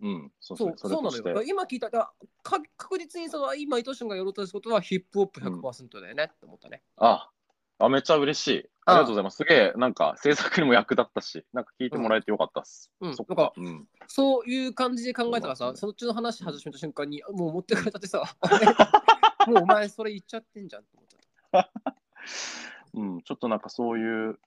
S3: うん。そう
S2: そうそ
S3: そ
S2: う
S3: れ
S2: なの
S3: と
S2: よ。だか
S3: して
S2: ら今聞いたらか確実にその今、伊藤俊がやろうとすることはヒップホップ100%だよねって思ったね。
S3: ああ、めっちゃ嬉しい。ありがとうございます。すげえ、なんか制作にも役立ったし、なんか聞いてもらえてよかったっす。
S2: うん
S3: そっ
S2: なんか
S3: か。うん。
S2: そういう感じで考えたら
S3: そ
S2: さ
S3: うなん、です
S2: そっちの話始めた瞬間に、もう持ってかれ たって さ、もうお前それ言っちゃってんじゃんって思っちゃっ
S3: うん、ちょっとなんかそういう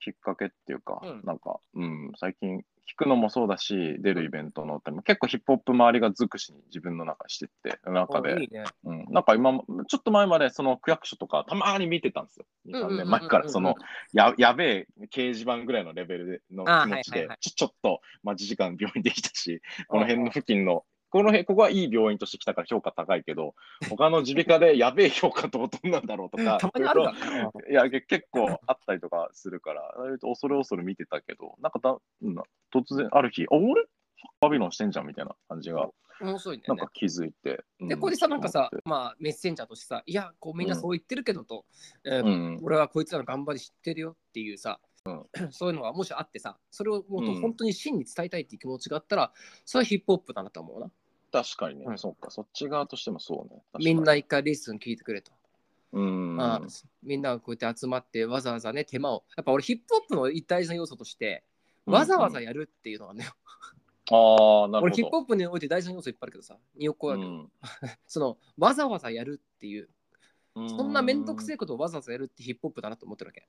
S3: きっかけっていうか、
S2: うん
S3: なんか、うん、最近聞くのもそうだし、出るイベントの歌も結構ヒップホップ周りが尽くしに自分の中してって、
S2: た。
S3: 中
S2: い
S3: で、
S2: いね。
S3: うん、なんか今も、ちょっと前までその区役所とかたまーに見てたんですよ。2、3年前からその、ややべえ掲示板ぐらいのレベルでの
S2: あー
S3: 気持ち
S2: はいはい
S3: で
S2: はい、
S3: ちょちょっと待ち時間病院できた し、この辺の付近の、この辺、ここはいい病院としてきたから評価高い けど、他の耳鼻科でや べえ評価どうとんなんだろうとか、
S2: たまにある
S3: い
S2: か
S3: ろい
S2: らね。
S3: ろいや、け結構あったりとかするから、割と恐る恐る見てたけど、なんかだ、うん突然ある日、あ俺バビロンしてんじゃんみたいな感じが、
S2: 面白いんだよ
S3: なん
S2: ね
S3: か。気づいて。
S2: で、
S3: うん
S2: これさ、なんかさ
S3: 思っ、
S2: まあ、メッセンジャーとしてさ、いや、こうみんなそう言ってるけどと、え
S3: て
S2: ー
S3: うんうん、
S2: 俺はこいつらの頑張り知ってるよっていうさ、 そういうのがもしあってさ、それをもっと
S3: うん
S2: 本当に真に伝えたいっていう気持ちがあったら、それはヒップホップだなと思うな。
S3: 確かにね、
S2: うん
S3: そっか、そっち側としてもそうね。
S2: みんな、一回レッスン聞いてくれと。
S3: うん、
S2: ああみんながこうやって集まってわざわざね手間をやっぱ俺ヒップホップの一大事な要素としてわざわざ
S3: うん
S2: やるっていうのはね、
S3: ああ、なるほど。
S2: 俺ヒップホップにおいて大事な要素いっぱいあるけどさ2億個あるけど、そのわざわざやるっていう
S3: うん
S2: そんなめんどくせえことをわざわざやるってヒップホップだなと思ってるわけ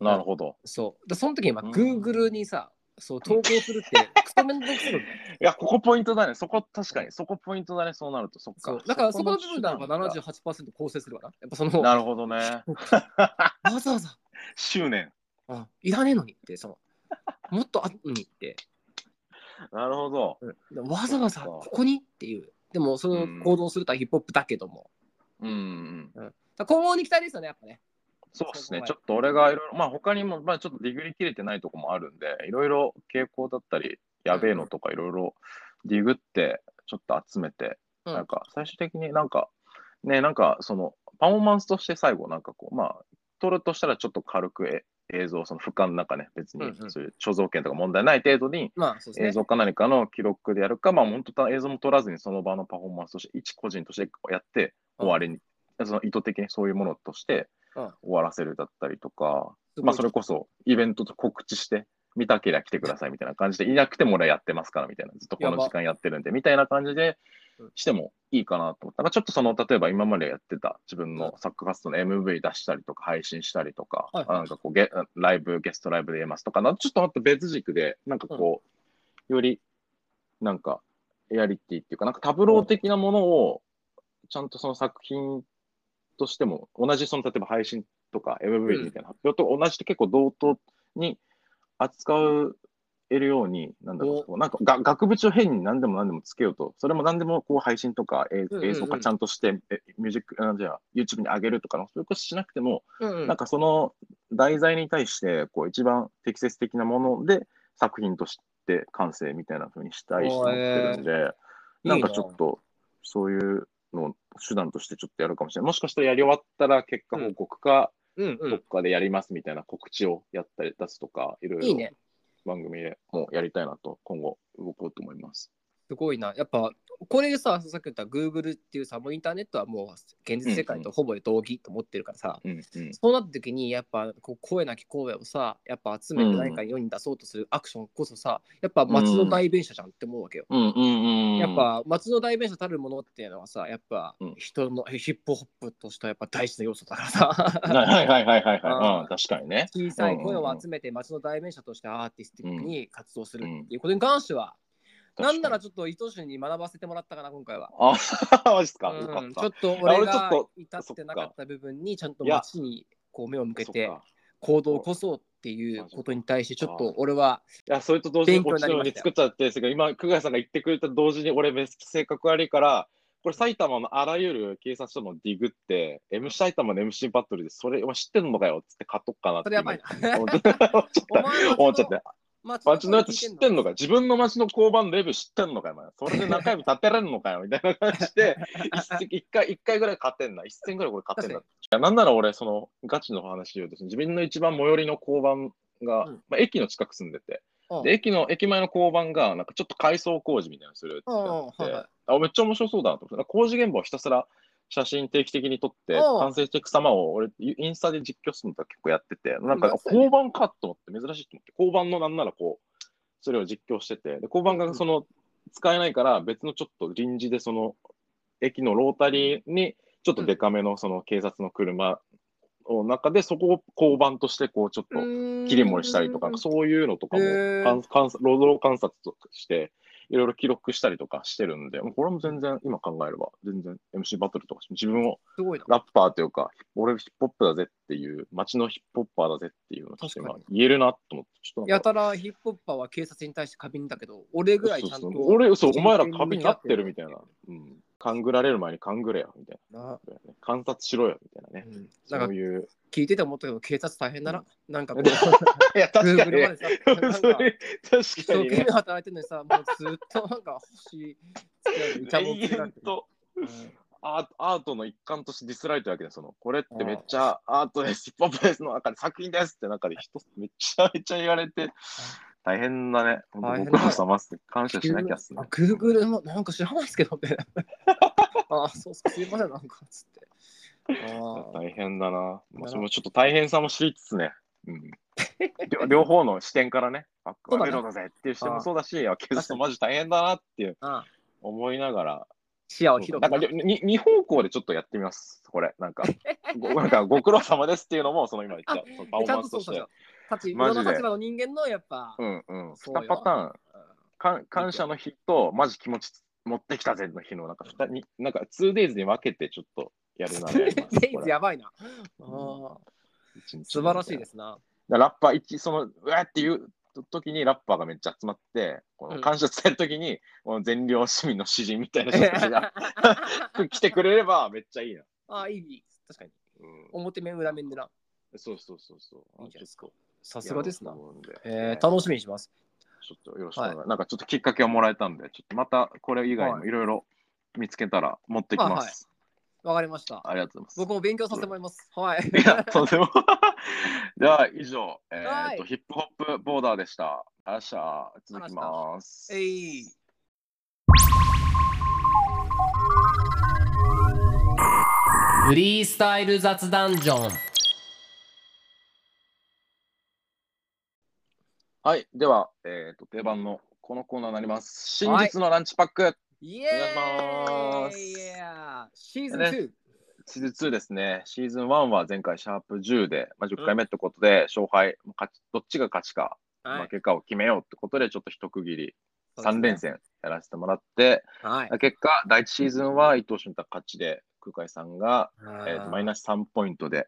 S3: なるほど。
S2: そうだその時にまあ
S3: うん
S2: Google にさ、そう投稿するって クソめんどくせえことだよ
S3: いや、ここポイントだね。そこ、確かに、そこポイントだね。そうなると、そっ
S2: そ
S3: か
S2: う。だからそこの部分ならば
S3: そこの手段
S2: 78%構成するわなやっぱその
S3: かな
S2: わ
S3: るほどね。
S2: ざわざ
S3: 執念。
S2: あいらねえのにってそのもっとあっのにって
S3: なるほど。
S2: うんわざわざ
S3: そう
S2: こ
S3: か
S2: こにっていう。でも、その行動するとはヒップホップだけども。
S3: うんうん。
S2: だから今後に期待ですよね、やっぱね。
S3: そうですね。
S2: そ
S3: ち
S2: こ
S3: ょっと俺がいろいろ、まあ他にも、まあちょっとディグり切れてないとこもあるんで、いろいろ傾向だったり、やべえのとかいろいろディグって、ちょっと集めて、
S2: うん
S3: なんか最終的になんか、ね、なんかそのパフォーマンスとして最後なんかこう、まあ撮るとしたらちょっと軽くえ映像、その俯瞰なんかね、別に
S2: うんうん
S3: そういう貯蔵権とか問題ない程度に、
S2: まあ、そうで
S3: 映
S2: すね。
S3: 像か何かの記録でやるか、まあ本当映像も撮らずにその場のパフォーマンスとして、一個人としてやって終わりに、その意図的にそういうものとして
S2: うん
S3: 終わらせるだったりとか、
S2: すごい
S3: まあそれこそイベントと告知して、見たけりゃ来てくださいみたいな感じで、いなくても俺はやってますからみたいな、ずっとこの時間やってるんで、みたいな感じで
S2: うん
S3: してもいいかなと思った。なんかちょっとその、例えば今までやってた自分の作家活動の MV 出したりとか、配信したりとか、
S2: はい
S3: なんかこうゲ、ライブ、ゲストライブで言えますとか、なんかちょっとまた別軸で、なんかこう、より、なんか、エアリティっていうか、なんかタブロー的なものを、ちゃんとその作品としても、同じその、例えば配信とか MV みたいな発表と同じで結構同等に扱えるように、なんだろう、なんかが額縁を変に何でも何でもつけようと、それも何でもこう配信とか映
S2: うんうん
S3: 映像化ちゃんとして、えミュージック、あじゃあ YouTube に上げるとかの、そういうことしなくても、
S2: うん
S3: なんかその題材に対して、こう一番適切的なもので作品として完成みたいな風にしたいと思ってるんで、
S2: えー
S3: なんかちょっとそういうのを手段としてちょっとやるかもしれない。もしかしたらやり終わったら結果報告か、
S2: うんう
S3: どっ
S2: ん。
S3: かでやりますみたいな告知をやったり出すとか、いろ
S2: い
S3: い
S2: い
S3: ろ
S2: ね。
S3: 番組でもやりたいなと今後動こうと思います。
S2: すごいな。やっぱ、これさ、さっき言った Google っていうさ、もうインターネットはもう現実世界とほぼ同義と思ってるからさ、
S3: うんうん。
S2: そうなった時に、やっぱこう声なき声をさ、やっぱ集めて何か世に出そうとするアクションこそさ、やっぱ街の代弁者じゃんって思うわけよ。
S3: うんうんうん。
S2: やっ、ぱ街の代弁者たるものっていうのはさ、やっぱ
S3: うん
S2: 人のヒップホップとしてはやっぱ大事な要素だからさ。
S3: はいはいはいはいはい。
S2: あー
S3: うん、確かにね。
S2: 小さい声を集めて街の代弁者としてアーティスティックに活動するっていうことに関しては、なんならち
S3: 確
S2: ょっと伊藤氏に学ばせてもらったかな今回は。
S3: かにあ、マジっすか。よか
S2: うん、
S3: っ
S2: ちょ
S3: た
S2: っ。と俺
S3: いや
S2: が
S3: 俺ちょっと
S2: 至ってなかった部分にちゃんと
S3: いや
S2: 街にこう目を向けて
S3: そっか
S2: 行動を起こそうっていうことに対してちょっと俺はい
S3: や、それと同時に
S2: 勉強
S3: こっ
S2: に
S3: ち
S2: なり
S3: のよ
S2: ま
S3: う
S2: し
S3: に
S2: たよ
S3: 作っちゃってるんですけど、今、久我さんが言ってくれた同時に俺、めっちゃ性格悪いから、これ埼玉のあらゆる警察署のディグって、M 埼玉の MC バトルで、それは知ってんのかよっつって買っとくかなって。
S2: それやばいな。
S3: 思っちゃった。 思っちゃった。街のやつ知ってんの
S2: か
S3: か自分の街の交番レビュー知ってんのかよお前それで中指立てられんのかよみたいな感 じで、一一回、一回ぐらい勝てんな。一戦ぐらいこれ勝てんな。いやなんなら俺、その、ガチの話で言うと、自分の一番最寄りの交番が、
S2: うん
S3: まあ、駅の近く住んでて、
S2: うん
S3: で、駅の、駅前の交番が、なんかちょっと改装工事みたいなのするって
S2: うんうん
S3: なって、
S2: はいはい
S3: あ、めっちゃ面白そうだなと思って、工事現場をひたすら写真定期的に撮って、
S2: うん
S3: 完成していく様を、俺、インスタで実況するのとか結構やってて、なんか、
S2: うん
S3: あ交番かと思って、珍しいと思って、交番のなんならこう、それを実況してて、で、交番がその、使えないから、別のちょっと臨時で、その、駅のロータリーに、ちょっとデカめのその警察の車の中で、そこを交番として、こう、ちょっと、切り盛りしたりとか、そういうのとかも
S2: へー
S3: 観観察、労働観察として、いろいろ記録したりとかしてるんで、もうこれも全然、今考えれば、全然 MC バトルとかし、自分を
S2: すごいな。
S3: ラッパーというか、俺ヒップホップだぜっていう、街のヒップホッパーだぜっていうのとして、
S2: 確
S3: ま
S2: か
S3: あ
S2: に
S3: 言えるなと思って、ちょっとなん
S2: や
S3: か。
S2: たらヒップホッパーは警察に対して過敏だけど、俺ぐらいちゃんと
S3: そうそうそう俺、そう、お前ら
S2: 真剣に
S3: 壁になってるみたいな。うん。勘ぐられる前に勘ぐれよ、みたい
S2: な。
S3: な。観察しろよ、みたいなね。
S2: うん
S3: そ
S2: なん
S3: う
S2: か
S3: いう。
S2: 聞いてて思ったけど、警察大変だな。 なんかこう、
S3: いや、確かに
S2: Google ま
S3: ね。
S2: でさ、
S3: そ
S2: なんか
S3: れ確
S2: 一
S3: か
S2: 生懸
S3: にね
S2: 命。働いてるの にさ、もうずっとなんか星つけられて、いちゃもんつけられ
S3: 延
S2: てる
S3: 々と。アートアートの一環としてディスられてるわけですよそのこれってめっちゃアートです、ヒップホップですの中で作品ですって中で人めちゃめちゃ言われて、大変だね。本
S2: 大
S3: 当
S2: 変だ
S3: ご苦労様っす。感謝しなきゃっすね。
S2: グーグルもなんか知らないですけどね。 ああ、そうっすか、すいません、なんかつって。あ
S3: 大変だな。まあ、それもちょっと大変さも知りつつね。 うん、両両方の視点からね、あ
S2: そうだね
S3: 悪いのだぜっていう視点もそうだし、あ警察もマジ大変だなっていう
S2: あああ、
S3: 思いながら、
S2: 視野を
S3: そう
S2: 広
S3: なん
S2: く
S3: か
S2: な。
S3: にに二方向でちょっとやってみます。これ、 なんか、ごなんかご苦労様ですっていうのも、その今言ったそのパフォ
S2: ち
S3: ー
S2: ゃ
S3: マ
S2: ん
S3: ン
S2: と
S3: ス
S2: そ
S3: と
S2: う
S3: し
S2: そう
S3: て
S2: そう。。立ち、上
S3: マジで
S2: の立場の人間のやっぱ
S3: う、んうん。
S2: そうよ
S3: 2パターンかん。感謝の日と、マジ気持ち持ってきたぜの日の、なんか二に、なんか 2days に分けてちょっと やるならやります。。
S2: 全員やばいな。ああ素晴らしいですすな。
S3: だからラッパー一、その、うわーっていう時にラッパーがめっちゃ集まって、こ
S2: う
S3: の
S2: ん
S3: 感謝伝える時に、この善良市民の詩人みたいな人たちが来てくれればめっちゃいいな。
S2: ああ、いい、確かに。
S3: うん、
S2: 表面、裏面でな。
S3: そうそうそうそう。
S2: いいじゃないですか。さすがですな
S3: や。ろうと思うんで
S2: えー、楽しみにします。
S3: ちょっとよろしくお願い、なんかちょっときっかけをもらえたんで、ちょっとまたこれ以外もいろいろ見つけたら持ってきます。
S2: わかりました。
S3: ありがとうござい
S2: 僕
S3: ま
S2: も勉強させてもらいます。はい。
S3: す。いや、とんでも。では、以上、えー
S2: はい
S3: と、ヒップホップボーダーでした。あらっしゃ、続きます。
S2: えい。
S1: フリースタイル雑談ジョン
S3: はい、では、えーと、定番のこのコーナーになります。真
S2: はい
S3: 実のランチパック、
S2: イ
S3: お
S2: エ
S3: 願い
S2: ー
S3: し
S2: イシーズン
S3: ねシーズン2ですね。シーズン1は前回シャープ10で、まあ、10回目ってことで、勝敗、勝ちどっちが勝ちか、
S2: 2。
S3: 負けかを決めようってことで、ちょっと一区切り、3連
S2: 年生
S3: 戦やらせてもらって、
S2: はい。
S3: 結果、第1シーズンは伊藤俊太勝ちで、空海さんが、えーとマイ
S2: ナ
S3: ナス3ポイントで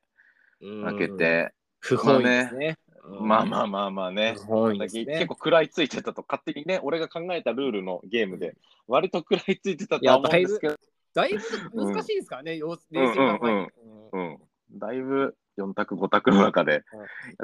S2: 負
S3: 負け。て、
S2: 不本意ですね。
S3: まあま
S2: あ。
S3: あまあまあね
S2: 不、本意
S3: だ
S2: で
S3: け
S2: すね。
S3: 結構食らいついてたと、勝手にね、俺が考えたルールのゲームで、割と食らいついてたとは思うんですけど、
S2: だいぶ難しいですからね、要
S3: うん
S2: 冷静に考えて
S3: うん、だいぶ4択、5択の中でや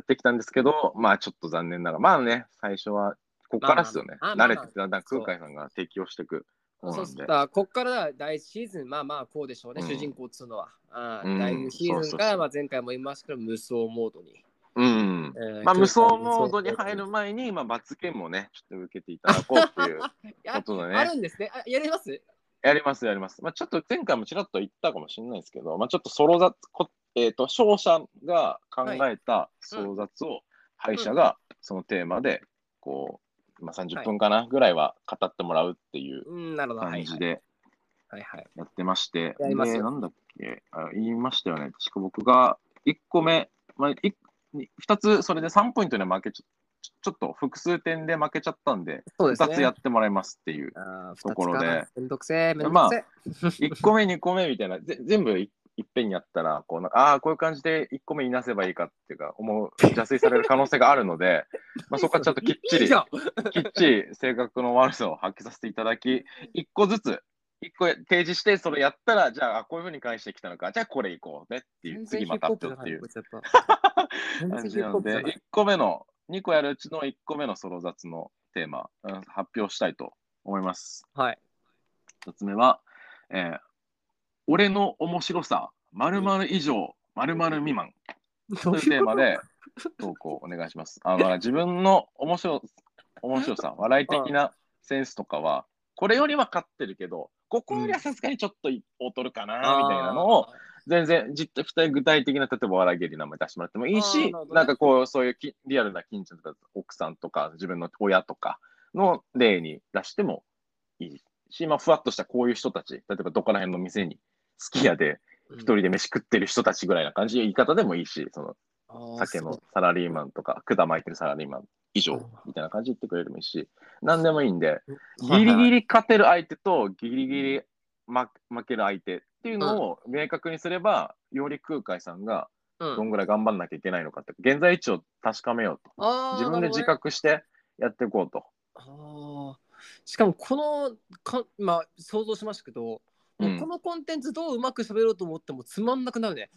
S3: ってきたんですけど、まあちょっと残念ながら、まあね、最初はここからですよね、
S2: まあま
S3: 慣
S2: あまあまあま
S3: れ
S2: あ
S3: てて、だんだん空海さんが提供していく
S2: うん
S3: もの
S2: そう
S3: な
S2: すっ
S3: んで
S2: た。らこっからだ第1シーズン、まあまあこうでしょうね、
S3: うん
S2: 主人公っつうのは。ああ
S3: うん
S2: 第2シーズンか
S3: そうそうそう
S2: ら、まあ、前回も言いましたけど、無双モードに
S3: うん。
S2: えー
S3: まあ、無双モードに
S2: 無双
S3: 入る前に、まあ、罰ゲームをね、ちょっと受けていただこうっ ていうことだね。
S2: あるんですね。あやります
S3: やります、やります。まあ、ちょっと前回もちらっと言ったかもしれないですけど、まあ、ちょっとソロ雑、こえっ、と、勝者が考えた争雑を、敗者がそのテーマで、こう、まあ、30分かなぐらいは語ってもらうっていう
S2: うん、なるほど。は
S3: 感
S2: い
S3: じ
S2: はい。
S3: で
S2: はいはい、
S3: やってまして、
S2: やりますよ
S3: で、なんだっけあ、言いましたよね。確か僕が1個目、まあ、いに2つ、それで3ポイントで負けちゃちょちょっと複数点で負けちゃったんで、
S2: そうです
S3: 2
S2: ね。
S3: つやってもらいますっていう。
S2: あー二つ
S3: ところで
S2: かめんどくせえ、めんどくせえ。
S3: 1個目、2個目みたいな、ぜ全部いいっぺんにやったら、こうなんかああ、こういう感じで1個目いなせばいいかっていうか、思う、邪推される可能性があるの で、まあ、そこはちゃんときっち
S2: い
S3: り
S2: いじ、ゃん
S3: きっちり性格の悪さを発揮させていただき、1個ずつ、1個や提示して、それやったら、じゃああ、こういうふうに返してきたのか、じゃあこれいこうねっていう、
S2: 全
S3: 次
S2: 然ヒ
S3: ま
S2: ッ
S3: た
S2: プ
S3: ア
S2: ホップ
S3: ップっ
S2: だ
S3: ていう
S2: こいつやっぱ全
S3: 感
S2: 然
S3: じ
S2: ヒップ
S3: な
S2: ホッ
S3: の
S2: プじ
S3: で、
S2: ゃない
S3: 1個目の、2個やるうちの1個目のソロ雑のテーマ、うん発表したいと思います。
S2: はい。
S3: 一つ目は、えー俺の面白さ、まるまる以上、まるまる未満
S2: ど
S3: と
S2: う
S3: いう
S2: いう
S3: テーマで投稿お願いします。あの自分の面白面白さ、笑い的なセンスとかは、これよりは勝ってるけど、ここよりはさすがにちょっと劣るかなみたいなのを、全然実際具体的な例えば笑い芸人の名前出してもらってもい
S2: あ
S3: い
S2: ーな
S3: し
S2: るほどね
S3: なんかこうそういうきリアルな近所とか奥さんとか自分の親とかの例に出してもいいし、まあ、ふわっとしたこういう人たち例えばどこら辺の店に好き家で
S2: 一
S3: 一人で飯食ってる人たちぐらいな感じの言い方でもいいしその酒のサラリーマンとか管巻いてるサラリーマン以上みたいな感じで言ってくれるもいいし何でもいいんでギリギ
S2: リ
S3: リ勝てる相手とギリギリ負負ける相手っていうのを明確にすれば、より空海さんがどんぐらい頑張んなきゃいけないのかって、現在位置を確かめようと。自分で自覚してやっていこうと。
S2: あーしかもこのか、まあ、想像しましたけど、
S3: う
S2: こ
S3: ん、
S2: のコンテンツどううまく喋ろうと思ってもつまんなくなるね。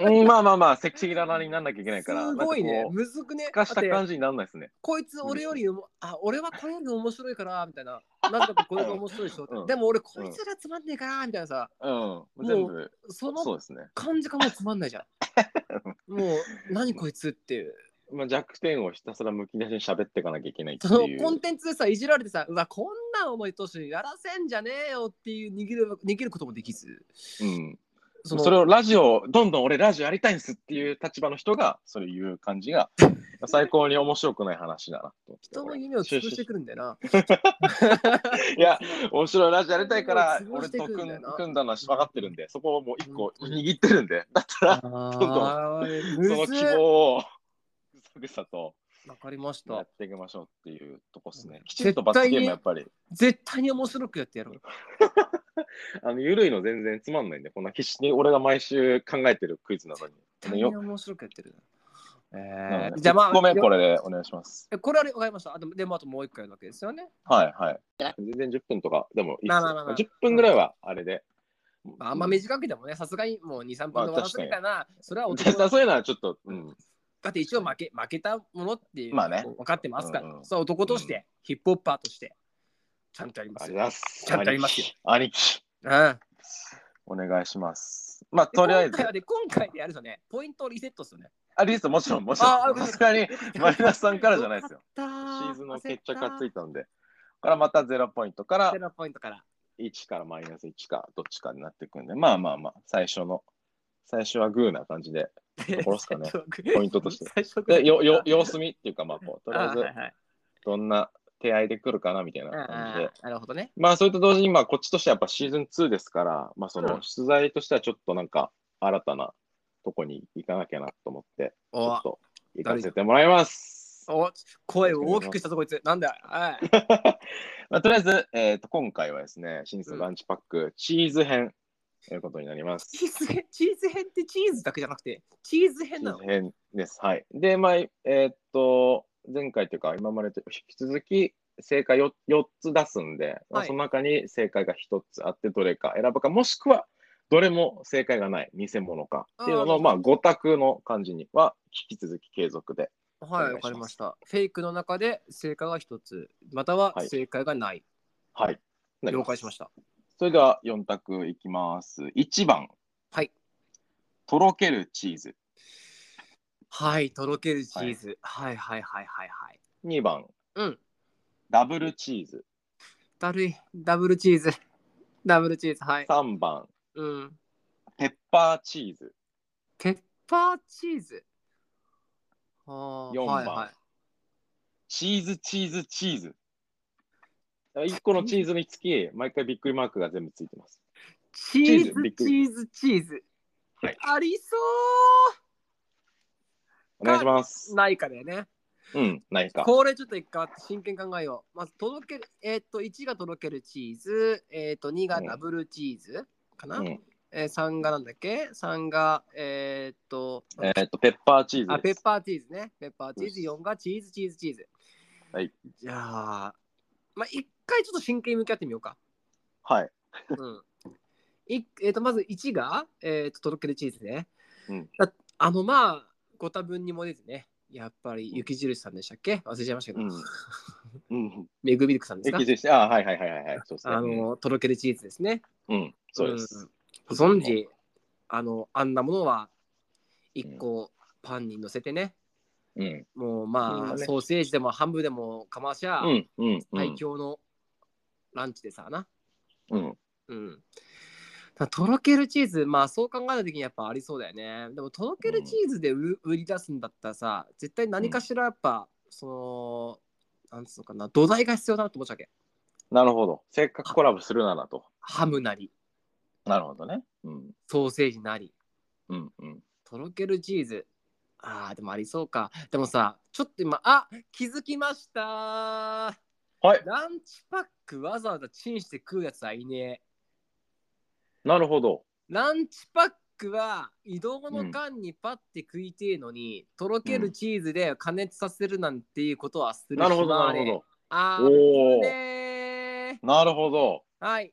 S3: うんまあまあまあ、セクシーララになんなきゃいけないから、
S2: すごい
S3: なん
S2: ね
S3: か。こ
S2: むずくね
S3: う。かした
S2: だっ
S3: 感
S2: て
S3: じにならないですね。
S2: こいつ俺よりも、あ、俺はこれより面白いから、みたいな。なんとかこれが面白いでしょ。
S3: うん
S2: でも俺こいつらつまんねえから、みたいなさ。
S3: うん、
S2: う
S3: 全部、
S2: その
S3: そうですね。
S2: 感じがもうつまんないじゃ ん。もう何こいつっていう。
S3: まあ、弱点をひたすらむき出しに喋っていかなきゃいけないって
S2: その
S3: いう。
S2: コンテンツでさ、いじられてさ、うわ、こんな思いとしやらせんじゃねえよっていう逃げる逃げることもできず。
S3: うん、
S2: その
S3: それをラジオ、どんどん俺ラジオやりたいんですっていう立場の 人が、それ言う感じが、最高に面白くない話だなと思って。
S2: 人の夢を潰してくるんだよ な。
S3: いや、面白いラジオやりたいから
S2: す、ごい
S3: 俺
S2: 潰して
S3: と
S2: くる
S3: 組
S2: んだよ
S3: ん
S2: な
S3: 組んだのは分かってるんで、そこをもう一個
S2: うん
S3: 握ってるんで、だったら、
S2: あー
S3: その
S2: むず
S3: 希望をぐさぐさと
S2: わかりまし
S3: や
S2: た
S3: っ。ていきましょうっていうとこですね。
S2: うん
S3: きちんと罰ゲームやっぱり、
S2: 絶対に面白くやってやろう。
S3: あの緩いの全然つまんないんで、こんな必死に俺が毎週考えてるクイズなのに。
S2: 絶対に面白くやってるな。えー、じ
S3: じ
S2: ゃあ
S3: ゃ
S2: ま
S3: ま
S2: あ、
S3: あ、ごめん、こ
S2: れ。
S3: れでお願いします。
S2: これはわかりました。あでも、でもあともう一回やるわけですよね。
S3: はいはい。全然10分とかでもいいっす
S2: まあまあまあまあ
S3: 10分ぐらいはあれで。
S2: まあ、あんま短くてもね、さすがにもう2、3分で終わらせるかな。それは男の
S3: そういうのはちょっと、うん、
S2: だって一応負け負けたものっていう、
S3: まあね
S2: こう分かってますから、
S3: うんうん
S2: そう男として、ヒップホッパーとして、ちゃんとやりま
S3: あ
S2: す
S3: り
S2: よ。
S3: ます。
S2: ちゃんとやりますよ
S3: 兄貴。
S2: うん、
S3: お願いします。まあ、とりあえ
S2: 今
S3: ず
S2: 回、はね、今回でやるとね、ポイントをリセットするね。
S3: あリストもちろん、もち
S2: ああ
S3: ろ
S2: よかった
S3: ん、さすがにマリナスさんからじゃないですよ。
S2: シ
S3: シーズンの決着が
S2: が
S3: つ
S2: い
S3: いたんで、これはまた0ポイントから
S2: ゼロポイントから。
S3: 1からマイナス1か、どっちかになっていくんで、まあまあまあ、最初の、最初はグーな感じで、ころっ すかねポイントとして
S2: 最初から
S3: でよよ様子見っていうか、まあ、こうとりあえ
S2: あ
S3: ず
S2: はいはい
S3: どんな手合いで来るかなみたいな感じ
S2: あ
S3: で。
S2: あなるほどね。
S3: まあ、それと同時に、まあ、こっちとしてはやっぱシーズン2ですから、まあ、そ
S2: うん
S3: の出題としてはちょっとなんか、新たなとこに行かなきゃなと思って、ち
S2: お
S3: ょっと行かせてもらいます。
S2: お声を大きくしたぞこいつ。なんだよ。はい。
S3: まあ、とりあえず、えーと、今回はですね、真実のランチパック、チーズ編ということになります。
S2: チーズ編、チーズ編ってチーズだけじゃなくて、チーズ編なの。
S3: チーズ編です。はい。で、まあ、えーっと、前回というか、今までと引き続き、正解 4, 4つ出すんで、まあ
S2: はい
S3: その中に正解が1つあって、どれか選ぶか、もしくは、どれも正解がない、偽物かっていうの
S2: あ
S3: の、
S2: ー
S3: まあ、5択の感じには、引き続き継続で。
S2: はい、わかりました。フェイクの中で正解が一つ、または
S3: はい
S2: 正解がない。
S3: はい。。
S2: 了解しましたた。
S3: それでは、4択いきます。1番、
S2: はい。
S3: とろけるチーズ。
S2: はい、とろけるチーズ。はい、はい、はい、はい、はい。
S3: 2番、
S2: うん。
S3: ダブルチーズ。
S2: だるい。ダブルチーズ。 ダブルチーズ、はい。
S3: 3番、
S2: うん。
S3: ペッパーチーズ。
S2: ペッパーチーズ。あー
S3: 四番
S2: はいはい
S3: チーズ、チーズ、チーズ。1個のチーズにつき、毎回びっくりマークが全部ついてます。
S2: チーズ
S3: チーズびっ、
S2: チ
S3: くり
S2: ーズ、チーズ。
S3: はい
S2: ありそ
S3: お願いします
S2: う。ないかだよね。
S3: うん、ないか。
S2: これちょっと一回真剣に考えよう。まず、とろける、えーっと、1がとろけるチーズ、えーっと、2がダブルチーズかな。
S3: うん、
S2: えー、3がなんだっけ ?3 が、えーっと、
S3: えーっと、ペッパーチーズです。
S2: あ、ペッパーチーズね。ペッパーチーズ、
S3: よ
S2: 4がチーズ、チーズ、チーズ。
S3: はい。
S2: じゃあ、まあ、一回ちょっと真剣に向き合ってみよう か。
S3: はい。
S2: うん。いえー、とまず1が、えー、ととろけるチーズね。
S3: うん
S2: だあのまあご多分にもですね。やっぱり雪印さんでしたっけ忘れちゃいましたけ
S3: う
S2: ど、
S3: ん。うん。
S2: メグミルクさんですか
S3: 液状して、あ、はいはいはいはいはい。そうですね。
S2: あのとろけるチーズですね。
S3: うん、うんそうです。
S2: ご存知あのあんなものは1個パンに乗せてね、
S3: うん。
S2: もうまあ、
S3: うん
S2: ソーセージでもハムでもかましゃ、
S3: うん。うん。う
S2: 最
S3: ん。
S2: 強のランチでさな。
S3: うん。
S2: うん。ただとろけるチーズ、まあそう考えた時にやっぱありそうだよね。でもとろけるチーズで売,、売り出すんだったらさ、絶対何かしらやっぱ、その、なんつうのかな、土台が必要だなと思っちゃうわけ。
S3: なるほど。せっかくコラボするならと。
S2: ハムなり、
S3: なるほどね。うん。
S2: ソーセージなり、
S3: うん。うん。
S2: とろけるチーズ。ああ、でもありそうか。でもさ、ちょっと今、あ気づきました
S3: はい。
S2: ランチパックわざわざチンして食うやつはいねえ。
S3: なるほど。
S2: ランチパックは移動の間にパッて食いてえのに、とろけるチーズで加熱させるなんていうことはする
S3: なるほど。
S2: 暇あ
S3: なる
S2: れ
S3: ほ
S2: あー
S3: ど。お
S2: ぶね
S3: お。
S2: え
S3: なるほど。
S2: はい。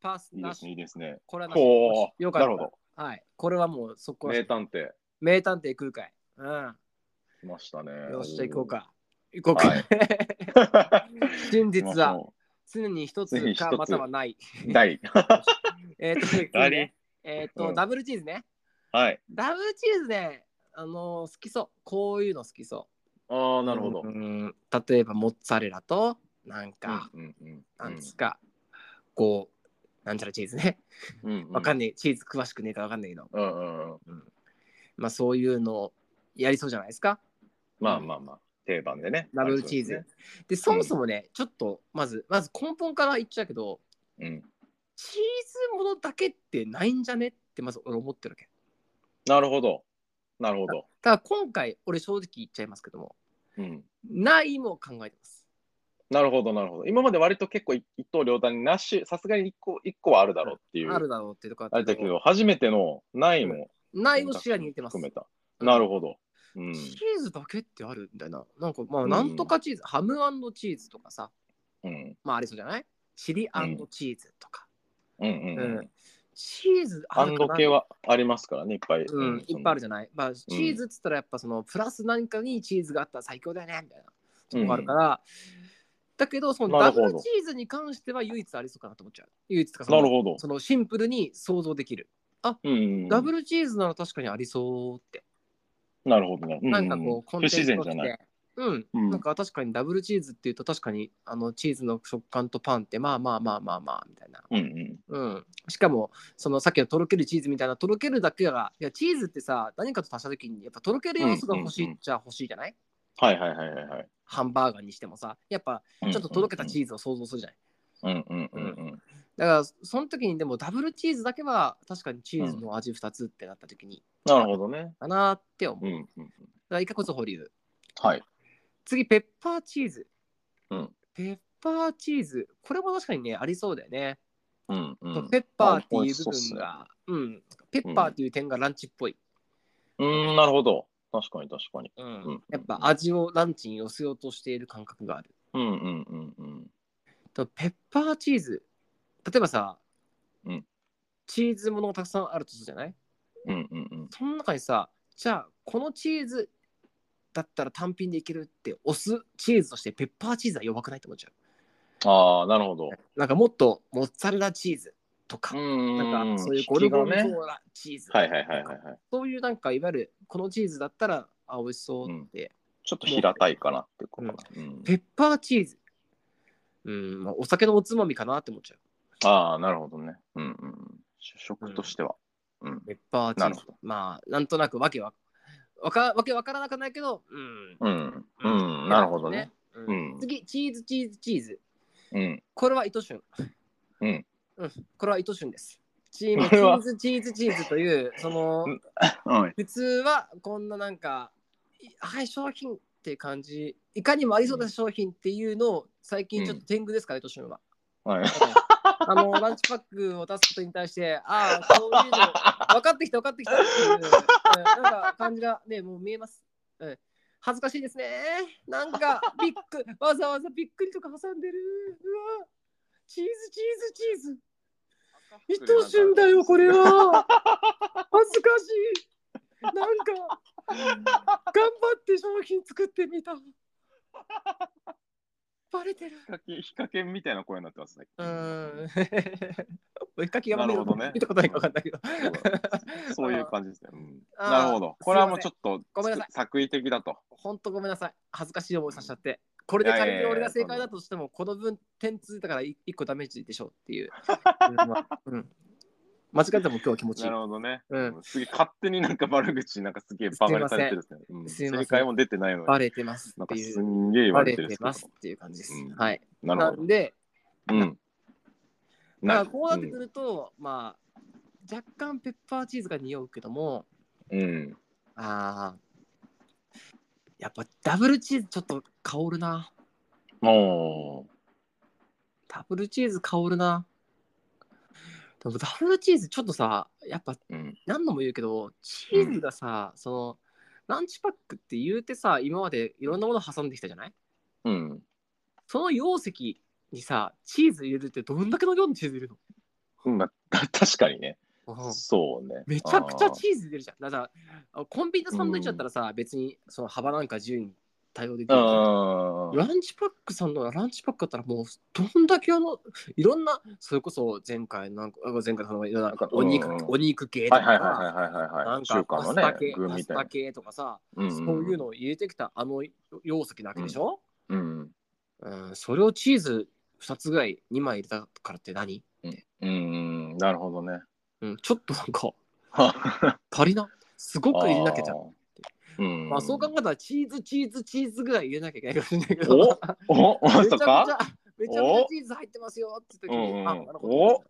S2: パス
S3: いいで
S2: な
S3: す
S2: し。
S3: ね。いいですね。
S2: これはなし
S3: おお。
S2: よかっ
S3: な
S2: た。
S3: るほど。
S2: はい。これはもうそこは
S3: 名探偵。
S2: 名探偵空海。う
S3: 来ましたね。
S2: ん。よっしゃ、行こうか。行こうか。
S3: はい
S2: 真
S3: 行きま
S2: 実
S3: し
S2: は
S3: ょ
S2: 常に一
S3: 常に
S2: つ
S3: 一
S2: か
S3: つ
S2: またはない。
S3: う。第。
S2: えっと、次ねえっ
S3: う
S2: と、
S3: ん
S2: ダブルチーズね。
S3: はい。
S2: ダブルチーズね、あのー好きそう。こういうの好きそう。
S3: ああ、なるほど
S2: う。ん例えばモッツァレラとなんか、
S3: うん。うん。
S2: なんですか、こうなんちゃらチーズね
S3: うん。
S2: わかん
S3: ない。
S2: ねえ、チーズ詳しくねえからわかんねえけど、
S3: うん。うん。うん
S2: まあそういうのをやりそうじゃないですか
S3: まあまあまあ。定番でね。
S2: ダブルチーズで,、そもそもね、ちょっとまずまず根本から言っちゃうけど
S3: うん。
S2: チーズものだけってないんじゃねってまず俺思ってるわけ
S3: なるほど。なるほど。
S2: ただ今回俺正直言っちゃいますけども
S3: うん。
S2: ないも考えてます
S3: なるほど、なるほど。今まで割と結構一一刀両断になし、さすがに一個一個はあるだろうっていう。
S2: あるだろうっていうとこ
S3: あ
S2: あ
S3: れ
S2: った
S3: だ
S2: け
S3: け
S2: ど
S3: ど、初めてのないも
S2: ないも視野に入れてます
S3: 含めた。
S2: うん
S3: なるほど。うん。
S2: チーズだけってあるんだよな。なんかま
S3: う
S2: あ、
S3: ん
S2: なんとかチーズ、ハムチーズとかさ、
S3: うん。
S2: まあありそうじゃないチリチーズとか。
S3: うんうん
S2: う
S3: うんん。
S2: チーズ
S3: ア
S2: ある
S3: ン
S2: か
S3: ド
S2: な
S3: 系はありますからね、いっぱい。
S2: うん、いっぱいあるじ
S3: ゃ
S2: ゃない。まあ、チーズっつったらやっぱそのプラス何かにチーズがあったら最強だよね、みたいなとこがあるから。だけど、そのダ
S3: なるほ
S2: ブ
S3: ど
S2: ルチーズに関しては唯一ありそうかなと思っちゃう。唯一かそ
S3: なる
S2: の
S3: ほど。
S2: そのシンプルに想像できる。
S3: うん。
S2: ダブルチーズなら確かにありそうって。
S3: なるほどね。う
S2: なんかこう、コン
S3: 不
S2: テンツ
S3: 自然
S2: と
S3: じゃ
S2: し
S3: ない。
S2: て。うん、
S3: うん
S2: なんか確かにダブルチーズっていうと確かにあのチーズの食感とパンってまあまあまあまあまあみたいな、
S3: うんうん。
S2: うん、しかもそのさっきのとろけるチーズみたいなとろけるだけがいやチーズってさ何かと足した時にやっぱとろける要素が欲しいっちゃ欲しいじゃない、
S3: はいはいはいはいはい。
S2: ハンバーガーにしてもさやっぱちょっととろけたチー
S3: ーズ。
S2: ズを想像するじゃない、
S3: うんうんうんうん。
S2: だからその時にでもダブルチーズだけは確かにチーズの味2つってなった時に
S3: なるほどね。
S2: だなーって思う
S3: う
S2: だ
S3: んうん。
S2: から一回こそ保留
S3: はい。
S2: 次ペッパーチーズ、
S3: うん
S2: ペッパーチーズこれも確かにねありそうだよね、
S3: うんうん。
S2: ペッパーっていう部
S3: まあ美味しそうっす
S2: 分
S3: ね
S2: がう、ん、ペッパーっていう点がランチっぽい、
S3: うーん、なるほど。確かに確かに。
S2: うん
S3: うん
S2: やっぱ味をランチに寄せようとしている感覚がある
S3: うんうんうんうん。
S2: とペッパーチーズ例えばさ、
S3: うん
S2: チーズものがたくさんあるとするじゃない
S3: うんうんうん。
S2: その中にさじゃあこのチーズだったら単品でいけるってお酢チーズとしてペッパーチーズは弱くないと思っちゃ
S3: ああ、なるほど。
S2: うなんかもっとモッツァレラチーズとか、
S3: ん
S2: なんかそういうゴルゴンゾーラチーズ、
S3: はいはいはいはいはい。
S2: そういうなんかいわゆるこのチーズだったらあ美味しそうって、
S3: ちょっと平たいかなっていうことかな。うん
S2: ペッパーチーズうん、まあ、お酒のおつまみかなって思っちゃう
S3: ああ、なるほどね。うんうんうん。主食としては。うん。
S2: ペッパーチ
S3: な
S2: ー
S3: る
S2: ズ
S3: ほど
S2: まあなんとなくわけはわかわけわからなくないけどうん
S3: うん。うん。なるほどね。、
S2: う
S3: うん
S2: ん、次チーズチーズチーズ
S3: うん。
S2: これは糸旬。
S3: うん。
S2: うん。これは糸旬です。チームチ
S3: これは
S2: ーズチーズチーズという、その
S3: う、んはい。
S2: 普通はこんななんか、いはい、商品っていう感じ、いかにもありそうな商品っていうのを、最近ちょっと天狗ですから、糸旬は。
S3: はい。
S2: あの、ランチパックを出すことに対して、ああ、そういうの、分かってきた分かってきたっていう、うんなんか感じがね、もう見えます。うん恥ずかしいですね。なんか、びっく、わざわざびっくりとか挟んでる。うわチーズ、チーズ、チーズ。糸旬だよ、これは。恥ずかしい。なんか、頑張って商品作ってみた。バレてる。
S3: ヒカキンヒカキンみたいな声になってますね。
S2: うーん。 追いかけがま
S3: なるほどね
S2: 見たことないか分かんないけど。
S3: そうそういう感じですね。うん
S2: あー
S3: なるほど。これはもうちょっと
S2: ごめんなさい
S3: 作為的だと。
S2: ほんとごめんなさい。恥ずかしい思いさせちゃって。これで仮に俺が正解だとしても、この分点数だから1個ダメージでしょうっていう。うんまあ うん間違っても今日は気持ちいい
S3: なる。ほどね。
S2: うん
S3: すげえ勝手になんか悪口なんかすげえバカにされてるんですね。うん
S2: すいません
S3: 正解も出てないのに。
S2: バレてますっ
S3: なん
S2: て
S3: か
S2: い
S3: す
S2: う。
S3: んげえ言わ
S2: バ
S3: れ
S2: レ
S3: てる
S2: てますっていう感じです。はい。
S3: なる
S2: な
S3: ほど
S2: ん。で、
S3: うん。
S2: だから
S3: る
S2: こうなってくると、まあ、若干ペッパーチーズが匂うけども、
S3: うん。
S2: あーやっぱダブルチーズちょっと香るな。
S3: も
S2: ダブルチーズ香るな。でもダブルチーズちょっとさ、やっぱ
S3: う。うん。
S2: 何度も言うけど、チーズがさ、その、ランチパックって言うてさ、今までいろんなもの挟んできたじゃない
S3: うん。
S2: その容積にさ、チーズ入れるってどんだけの量のチーズ入れる
S3: うんまあ、た確かにね。
S2: の
S3: そうね。
S2: めちゃくちゃ
S3: あー
S2: チーズ入れるじゃん。だから、コンビニのサンドイッチだったらさ、別にその幅なんか自由に対応できるじゃん
S3: うん。
S2: ランチパックさんのランチパックだったらもうどんだけあのいろんなそれこそ前回なんかあ前回のいろんなお肉、
S3: うんうん
S2: お肉系と
S3: は
S2: か
S3: いはいはいはいはいはい。
S2: なん
S3: 中
S2: かパ
S3: 華の
S2: ス
S3: ね
S2: タ系、
S3: 具
S2: パ
S3: み
S2: ス
S3: たいな
S2: タ。系とかさ、
S3: そ
S2: そういうの。を入れてきたあの要素なわけでしょ、
S3: うん。
S2: うんそれをチーズ2つぐらい2枚入れたからって何、
S3: うん。なるほどね。
S2: うん、ちょっとなん か足りなすごく入れなきゃじゃん
S3: うん。
S2: まあそう考えたらチーズチーズチーズぐらい入れなきゃいけないかもしれないけど
S3: おおま
S2: めちゃく
S3: さ
S2: ちゃ
S3: か
S2: めちゃくちゃチーズ入ってますよって時に、
S3: うんうん
S2: あなるほど
S3: お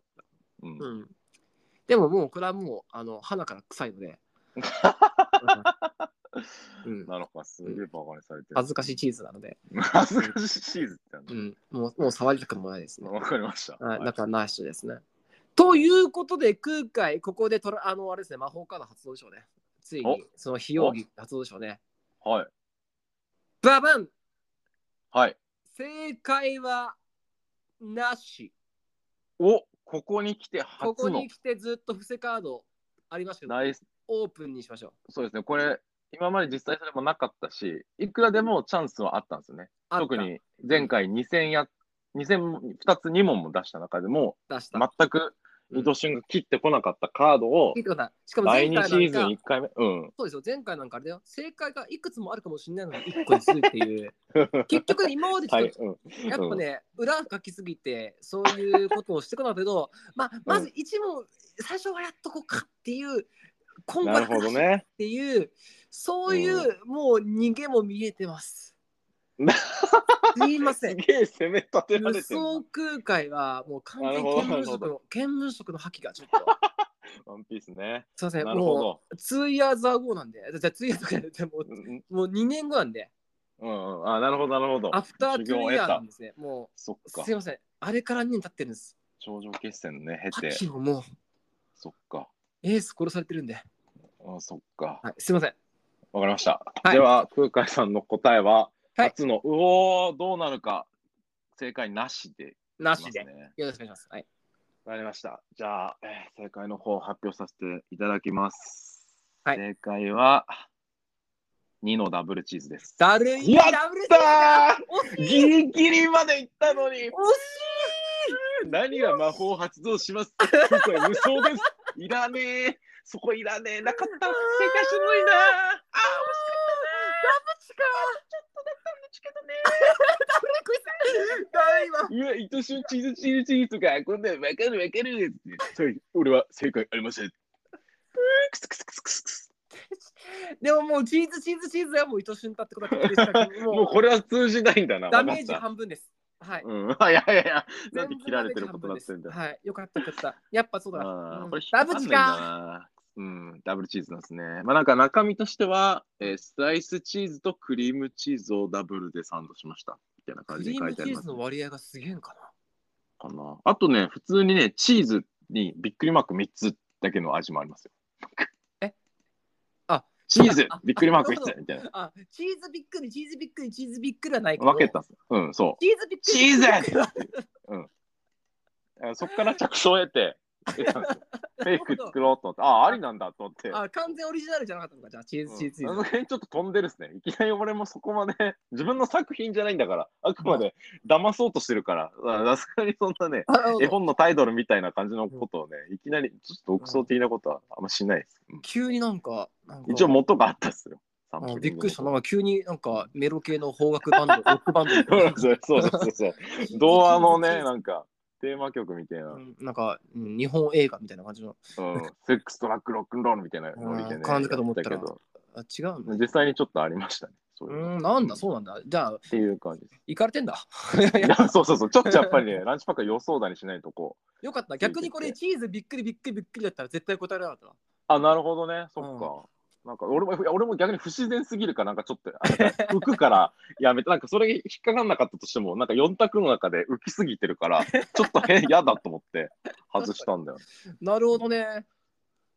S3: うん
S2: うんでももうこれはもうあの鼻から臭いので、うん、
S3: なるほど。すげえバカにされてる。
S2: 恥ずかしいチーズなので、
S3: 恥ずかしいシーズンってなんだ
S2: うん、もうもう触りたくもないですね。
S3: わかりました。
S2: はい、なんかない人ですね。ということで空海ここでとらあのあれですね魔法カード発動でしょうね。ついにその非容疑発動でしょうね。
S3: はい。
S2: ババン
S3: はい。
S2: 正解はなし。
S3: おここに来て
S2: ここ
S3: 初の
S2: に来てずっと伏せカードありましたけど
S3: ナイス。
S2: オープンにしましょう。
S3: そうですね。これ、今まで実際それもなかったし、いくらでもチャンスはあったんですよね。
S2: あった
S3: 特に前回2000や、2000、2つ2問も出した中でも、
S2: 出した。
S3: 全く伊藤俊が切ってこなかったカードを
S2: 聞い、てください。しかも前
S3: 第
S2: 回なん
S3: 2
S2: か
S3: シーズン1回目、うん。
S2: そうですよ、前回なんかあれだよ、正解がいくつもあるかもしれないのに1個にするって いう、結局今までちょ
S3: は
S2: っ
S3: い、
S2: と、
S3: うん。
S2: やっぱね、裏書きすぎて、そういうことをしてこなかったけど、 まあ、まず1問、最初はやっとこうかっていう、今
S3: な
S2: 回
S3: るほど
S2: っ
S3: ね。
S2: ていう、そういう、もう逃げも見えて ます。すいませ
S3: す
S2: ん。
S3: げえ攻め立てら
S2: 無
S3: れてる。
S2: 双空海はもう完全に
S3: なる
S2: 見
S3: ほど
S2: 聞色
S3: なる
S2: の見聞色の覇気がちょっと
S3: ワンピースね。
S2: すいません
S3: なるほ
S2: も
S3: ど。
S2: う2 years ago なんでじゃあ2 years とかでもう
S3: うん
S2: もう2年後なんで
S3: うんうん。あ、なるほど、なるほど。
S2: アフター
S3: 修
S2: トゥ
S3: 行を
S2: ーイ
S3: 得
S2: ヤーな
S3: た
S2: ん。ですね。も
S3: そっ
S2: う、
S3: か
S2: すい。ません。あれから2年経ってるんです。
S3: 頂上決戦ね、
S2: パ
S3: 経て。
S2: キをもう、
S3: そっか。
S2: エース殺されてるんで。
S3: うん、そっか。
S2: はい、すいません。
S3: わかりました。
S2: はい
S3: では、空海さんの答えは、
S2: はい
S3: 初の、うおー、どうなるか、正解なしでいき
S2: な
S3: ます
S2: し
S3: ね。
S2: で。よろしくお願いします。はい。
S3: わかりました。じゃあ、えー正解の方を発表させていただきます。
S2: はい
S3: 正解は、2のダブルチーズです。
S2: ダルイ
S3: やったー
S2: ダブルチーズだ
S3: ギリギリまで行ったのに、
S2: 惜し
S3: 何が魔法発動します空海無双です。いらねえ。そこいらねえ。なかった。正解してるのにな。あー、惜しかったな。ちょっとね。
S2: だ今
S3: うわ、糸旬チーズチーズチーズとか、こんなんわかるわかるって。はい、俺は正解ありません。うーくすくすくすくすくす
S2: でももうチーズチーズチーズはもう糸旬だってことは確定したけど
S3: もう
S2: も
S3: これは通じないんだな。
S2: うダメージ
S3: わかっ
S2: 半分です。はい
S3: た。。うん、あいやいやいや、なんで
S2: 全部
S3: 切られてることになってんだよ。
S2: はい。よかったよかった。やっぱそうだ。
S3: あ
S2: う
S3: ー
S2: ん
S3: これ引
S2: ダ
S3: っ
S2: ブ
S3: かか
S2: チ
S3: んないんだ
S2: か。
S3: なうん、ダブルチーズなんですね。まあなんか中身としては、えースライスチーズとクリームチーズをダブルでサンドしました。みたいな
S2: ク
S3: 感じ
S2: リー
S3: で書
S2: ム
S3: い
S2: チ
S3: てあり
S2: ー
S3: ま
S2: ズ
S3: す
S2: の割合がすげえんか
S3: かな。あとね、普通にね、チーズにびっくりマーク3つだけの味もありますよ。
S2: えあ
S3: チーズ
S2: ああ
S3: びっくりマーク
S2: なるほど
S3: 3つみたいな。
S2: な。あ、チーズびっくり、チーズびっくり、チーズびっくりはないけど。
S3: 分けたんですよ。うん、そ
S2: チーズびっくり。
S3: チーズ
S2: びっくりは
S3: う。あそっから着想を得て、得たん ですよフェイク作ろうと思って、ああ、ありなんだと思って。
S2: あ、完全オリジナルじゃなかったのか。じゃあ、チーズチーズチ
S3: うんあ
S2: ー
S3: の
S2: ズ。
S3: 辺ちょっと飛んでるですね。いきなり俺もそこまで自分の作品じゃないんだから、あくまで騙そうとしてるから、あさすがにそんなね、
S2: あなるほ
S3: 絵
S2: ど
S3: 本のタイトルみたいな感じのことをね、いきなりちょっと独創的なことはあんましないです。うん
S2: 急になんか、なんか
S3: 一応元があったっすよ。サンプリ
S2: あ
S3: ング
S2: びっくりした。なんか
S3: 元
S2: 急になんかメロ系の邦楽バンド、ロックバンドみたいな。
S3: そうそう そうそうそう。童話のね、なんかテーマ曲みたいな、
S2: う
S3: うん
S2: んなんか、うん日本映画みたいな感じの。
S3: セックスとラックロックンロールみたいなノリで
S2: うん
S3: ね、
S2: 感じかと思ったら
S3: やけど
S2: あ、違うの
S3: 実際にちょっとありましたね。そういううのっ
S2: ん、なんだ、そうなんだ。じゃあ、
S3: ていう感じです。
S2: 行かれてんだ。
S3: いや、 そうそうそう。ちょっとやっぱり ね、ランチパックは予想だにしないとこう。
S2: よかった。逆にこれ、チーズびっくりびっくりびっくりだったら絶対答えられなかっ
S3: あ、なるほどね。そっか。なんか俺も、いや俺も逆に不自然すぎるから、なんかちょっと、あなんか 浮くからやめて、なんかそれ引っかかんなかったとしても、なんか4択の中で浮きすぎてるから、ちょっと変、嫌だと思って外したんだよ。
S2: たわ。なるほどね。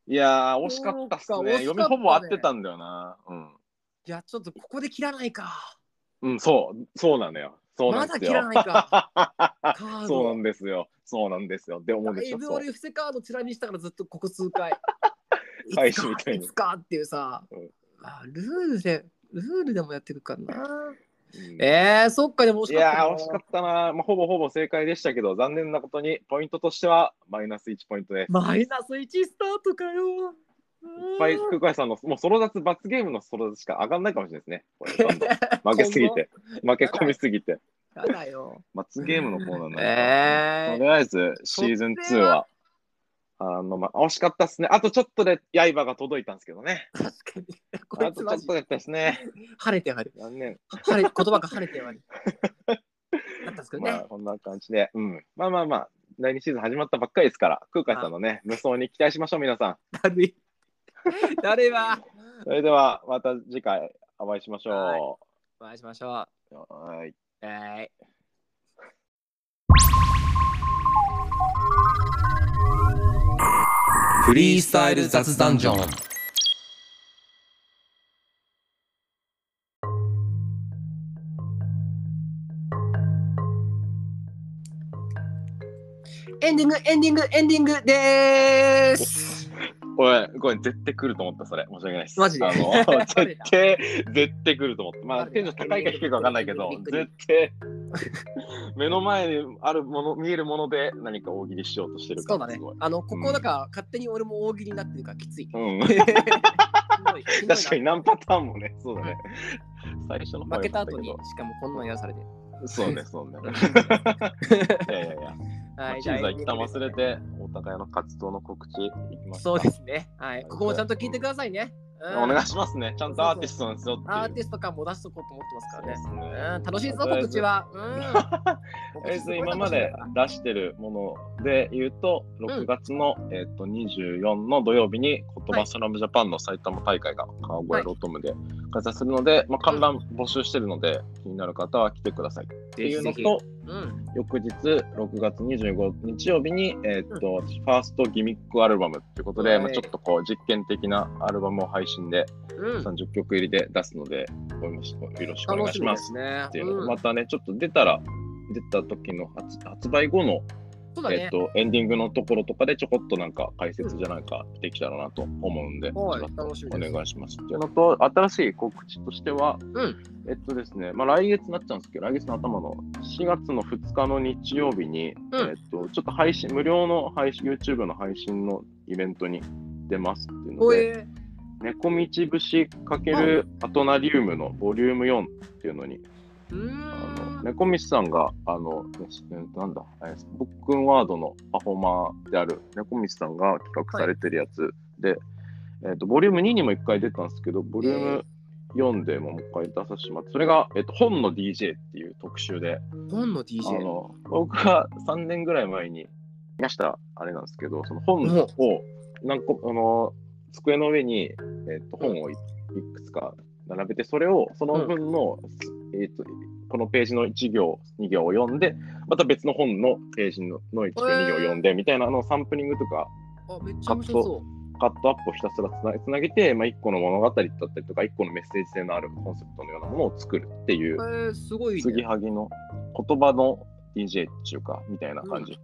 S3: いやー、惜しかったっす
S2: そうか
S3: ね。
S2: 惜しかっ
S3: 読
S2: たね
S3: みほぼ合ってたんだよな。うん。
S2: いや、ちょっとここで切らないか。
S3: うん、そう、そうなのよ。そうな
S2: ま
S3: ん
S2: だ
S3: です
S2: 切
S3: よ
S2: ら。ないか。カー
S3: そうな
S2: ド。
S3: んですよ。そうなんですよ。で思う
S2: だ
S3: でし
S2: い
S3: ょ。
S2: ぶ
S3: そう
S2: 俺、伏せカードチラ見したからずっとここ数 回。
S3: 返
S2: いつ
S3: しみ
S2: か
S3: たい
S2: い
S3: に
S2: つかっていうさ
S3: うん、
S2: あルールで、ルールでもやっていくかな。
S3: うん
S2: えー、そっか、でも惜し
S3: い
S2: かったな。
S3: やー、惜しかったなー、まあ。ほぼほぼ正解でしたけど、残念なことに、ポイントとしてはマイナス1ポイントです。
S2: マイナス1スタートかよ。
S3: いっぱい福岡さんの、もうソロ雑、罰ゲームのソロ雑しか上がんないかもしれないですね。これどんどん負けす ぎて、負け込みすぎて、
S2: やだ よ。
S3: 罰ゲームのコーナーになる
S2: え
S3: とりあえず、シーズン2は、あの、まあ、惜しかったっすね。あとちょっとで刃が届いたんですけどね。
S2: ー、確かに。こ
S3: あ
S2: い
S3: と
S2: つ
S3: ちょ
S2: マ
S3: っ
S2: ジ
S3: と。だったですね。
S2: 晴れて晴れて。
S3: 残念。
S2: 晴れ言葉が晴れて 晴れて。だったんですけどね。
S3: まあ、こんな感じで、うん。まあまあまあ、第2シーズン始まったばっかりですから、空海さんのね、無双に期待しましょう、皆さん。
S2: だるい。だるいわ。
S3: それではまた次回お会いしましょ
S2: お会いしましょ
S3: う。はい。
S2: う。はい。
S1: フリースタイル雑談ジョン。
S2: エンディング、エンディング、エンディングでーす。
S3: おい、ごめん、絶対来ると思った、それ。申し訳ないです。
S2: マジで
S3: あ の絶対、絶対来ると思った。まあ、
S2: バレ
S3: テ
S2: た
S3: ンション高いか低いか分かんないけど
S2: びっ、くり
S3: 絶対、目の前にあるもの、見えるもので何か大喜利しようとしてる
S2: そ
S3: か
S2: うだ
S3: ら、
S2: ね
S3: すごい。。
S2: あの、こ
S3: う
S2: こ
S3: ん
S2: だから勝手に俺も大喜利になってるからき つい。
S3: うん。
S2: しんどいしんどいな
S3: 確かに何パターンもね、そうだね。最初の方
S2: 負けた
S3: 良か
S2: 後
S3: っ
S2: に、
S3: け
S2: しか
S3: ど
S2: もこんなんやらされて。
S3: そうね、そうね。 いやいやいや、
S2: は
S3: シーズンは
S2: じ
S3: 一
S2: ゃあ
S3: 旦忘れて、お互いの活動の告知いきますか
S2: そうですね。はい。ここもちゃんと聞いてくださいね。うん
S3: お願いしますね。ちゃんとアーティストなんですよっていう。
S2: アーティスト感も出しとこうと思ってます
S3: そう
S2: か
S3: ですね
S2: らね。うん、楽しいぞ、告知は。うん。
S3: とりあえず今まで出してるもので言うと、6月の、えっと24の土曜日に言葉スラムジャパンの埼玉大会が川越ロトムで開催するので、まあ、観覧募集してるので、気になる方は来てくださいっていうの
S2: ぜひぜ
S3: と、
S2: うん。
S3: 翌日6月25日曜日に、えっとファーストギミックアルバムっていうことで、
S2: はい
S3: まあ、ちょっとこう実験的なアルバムを配信で
S2: うん。
S3: 30曲入りで出すので、よろしくよろしくお願
S2: 楽
S3: い
S2: し
S3: し
S2: み
S3: ま
S2: ですす。ね
S3: っ。ていうので、
S2: うん
S3: またね、ちょっと出たら、出た時の発発売後の、
S2: そうだ
S3: えっ
S2: ね。
S3: と、エンディングのところとかで、ちょこっとなんか解説じゃないかできたらなと思うんで、
S2: はい
S3: ちょっと
S2: 楽しみ
S3: お
S2: です
S3: 願いします。っていうのと、新しい告知としては、
S2: うん
S3: えっとですね、まあ、来月になっちゃうんですけど、来月の頭の4月の2日の日曜日に、
S2: うん
S3: えっと、ちょっと配信、無料の配信、YouTube の配信のイベントに出ますっていうの
S2: こう
S3: で、
S2: いう
S3: 猫道節かけるアトナリウムのボリューム4っていうのに、
S2: う
S3: あ
S2: ー
S3: の
S2: ん。
S3: 猫道さんが、あの、ねなんだ、えースポックンワードのパフォーマーである猫道さんが企画されてるやつで、えーと、ボリューム2にも1回出たんですけど、ボリューム4でももう1回出させてもらって、それが、えーと、本の DJ っていう特集で、
S2: 本の
S3: あ
S2: DJ。
S3: の僕が3年ぐらい前に出したあれなんですけど、その本を何個、あの机の上に、えっと本をいいくつか並べて、それをその分の、えっとこのページの1行、2行を読んで、また別の本のページのの1行、2行を読んでみたいなあのサンプリングとか
S2: あ、めっちゃ面白そう。
S3: カットアップをひたすらつなつなげて、まあ、1個の物語だったりとか、1個のメッセージ性のあるコンセプトのようなものを作るっていう。
S2: えー、すごい
S3: 継ぎ
S2: ね。
S3: はぎの言葉の DJ っていうかみたいな感じ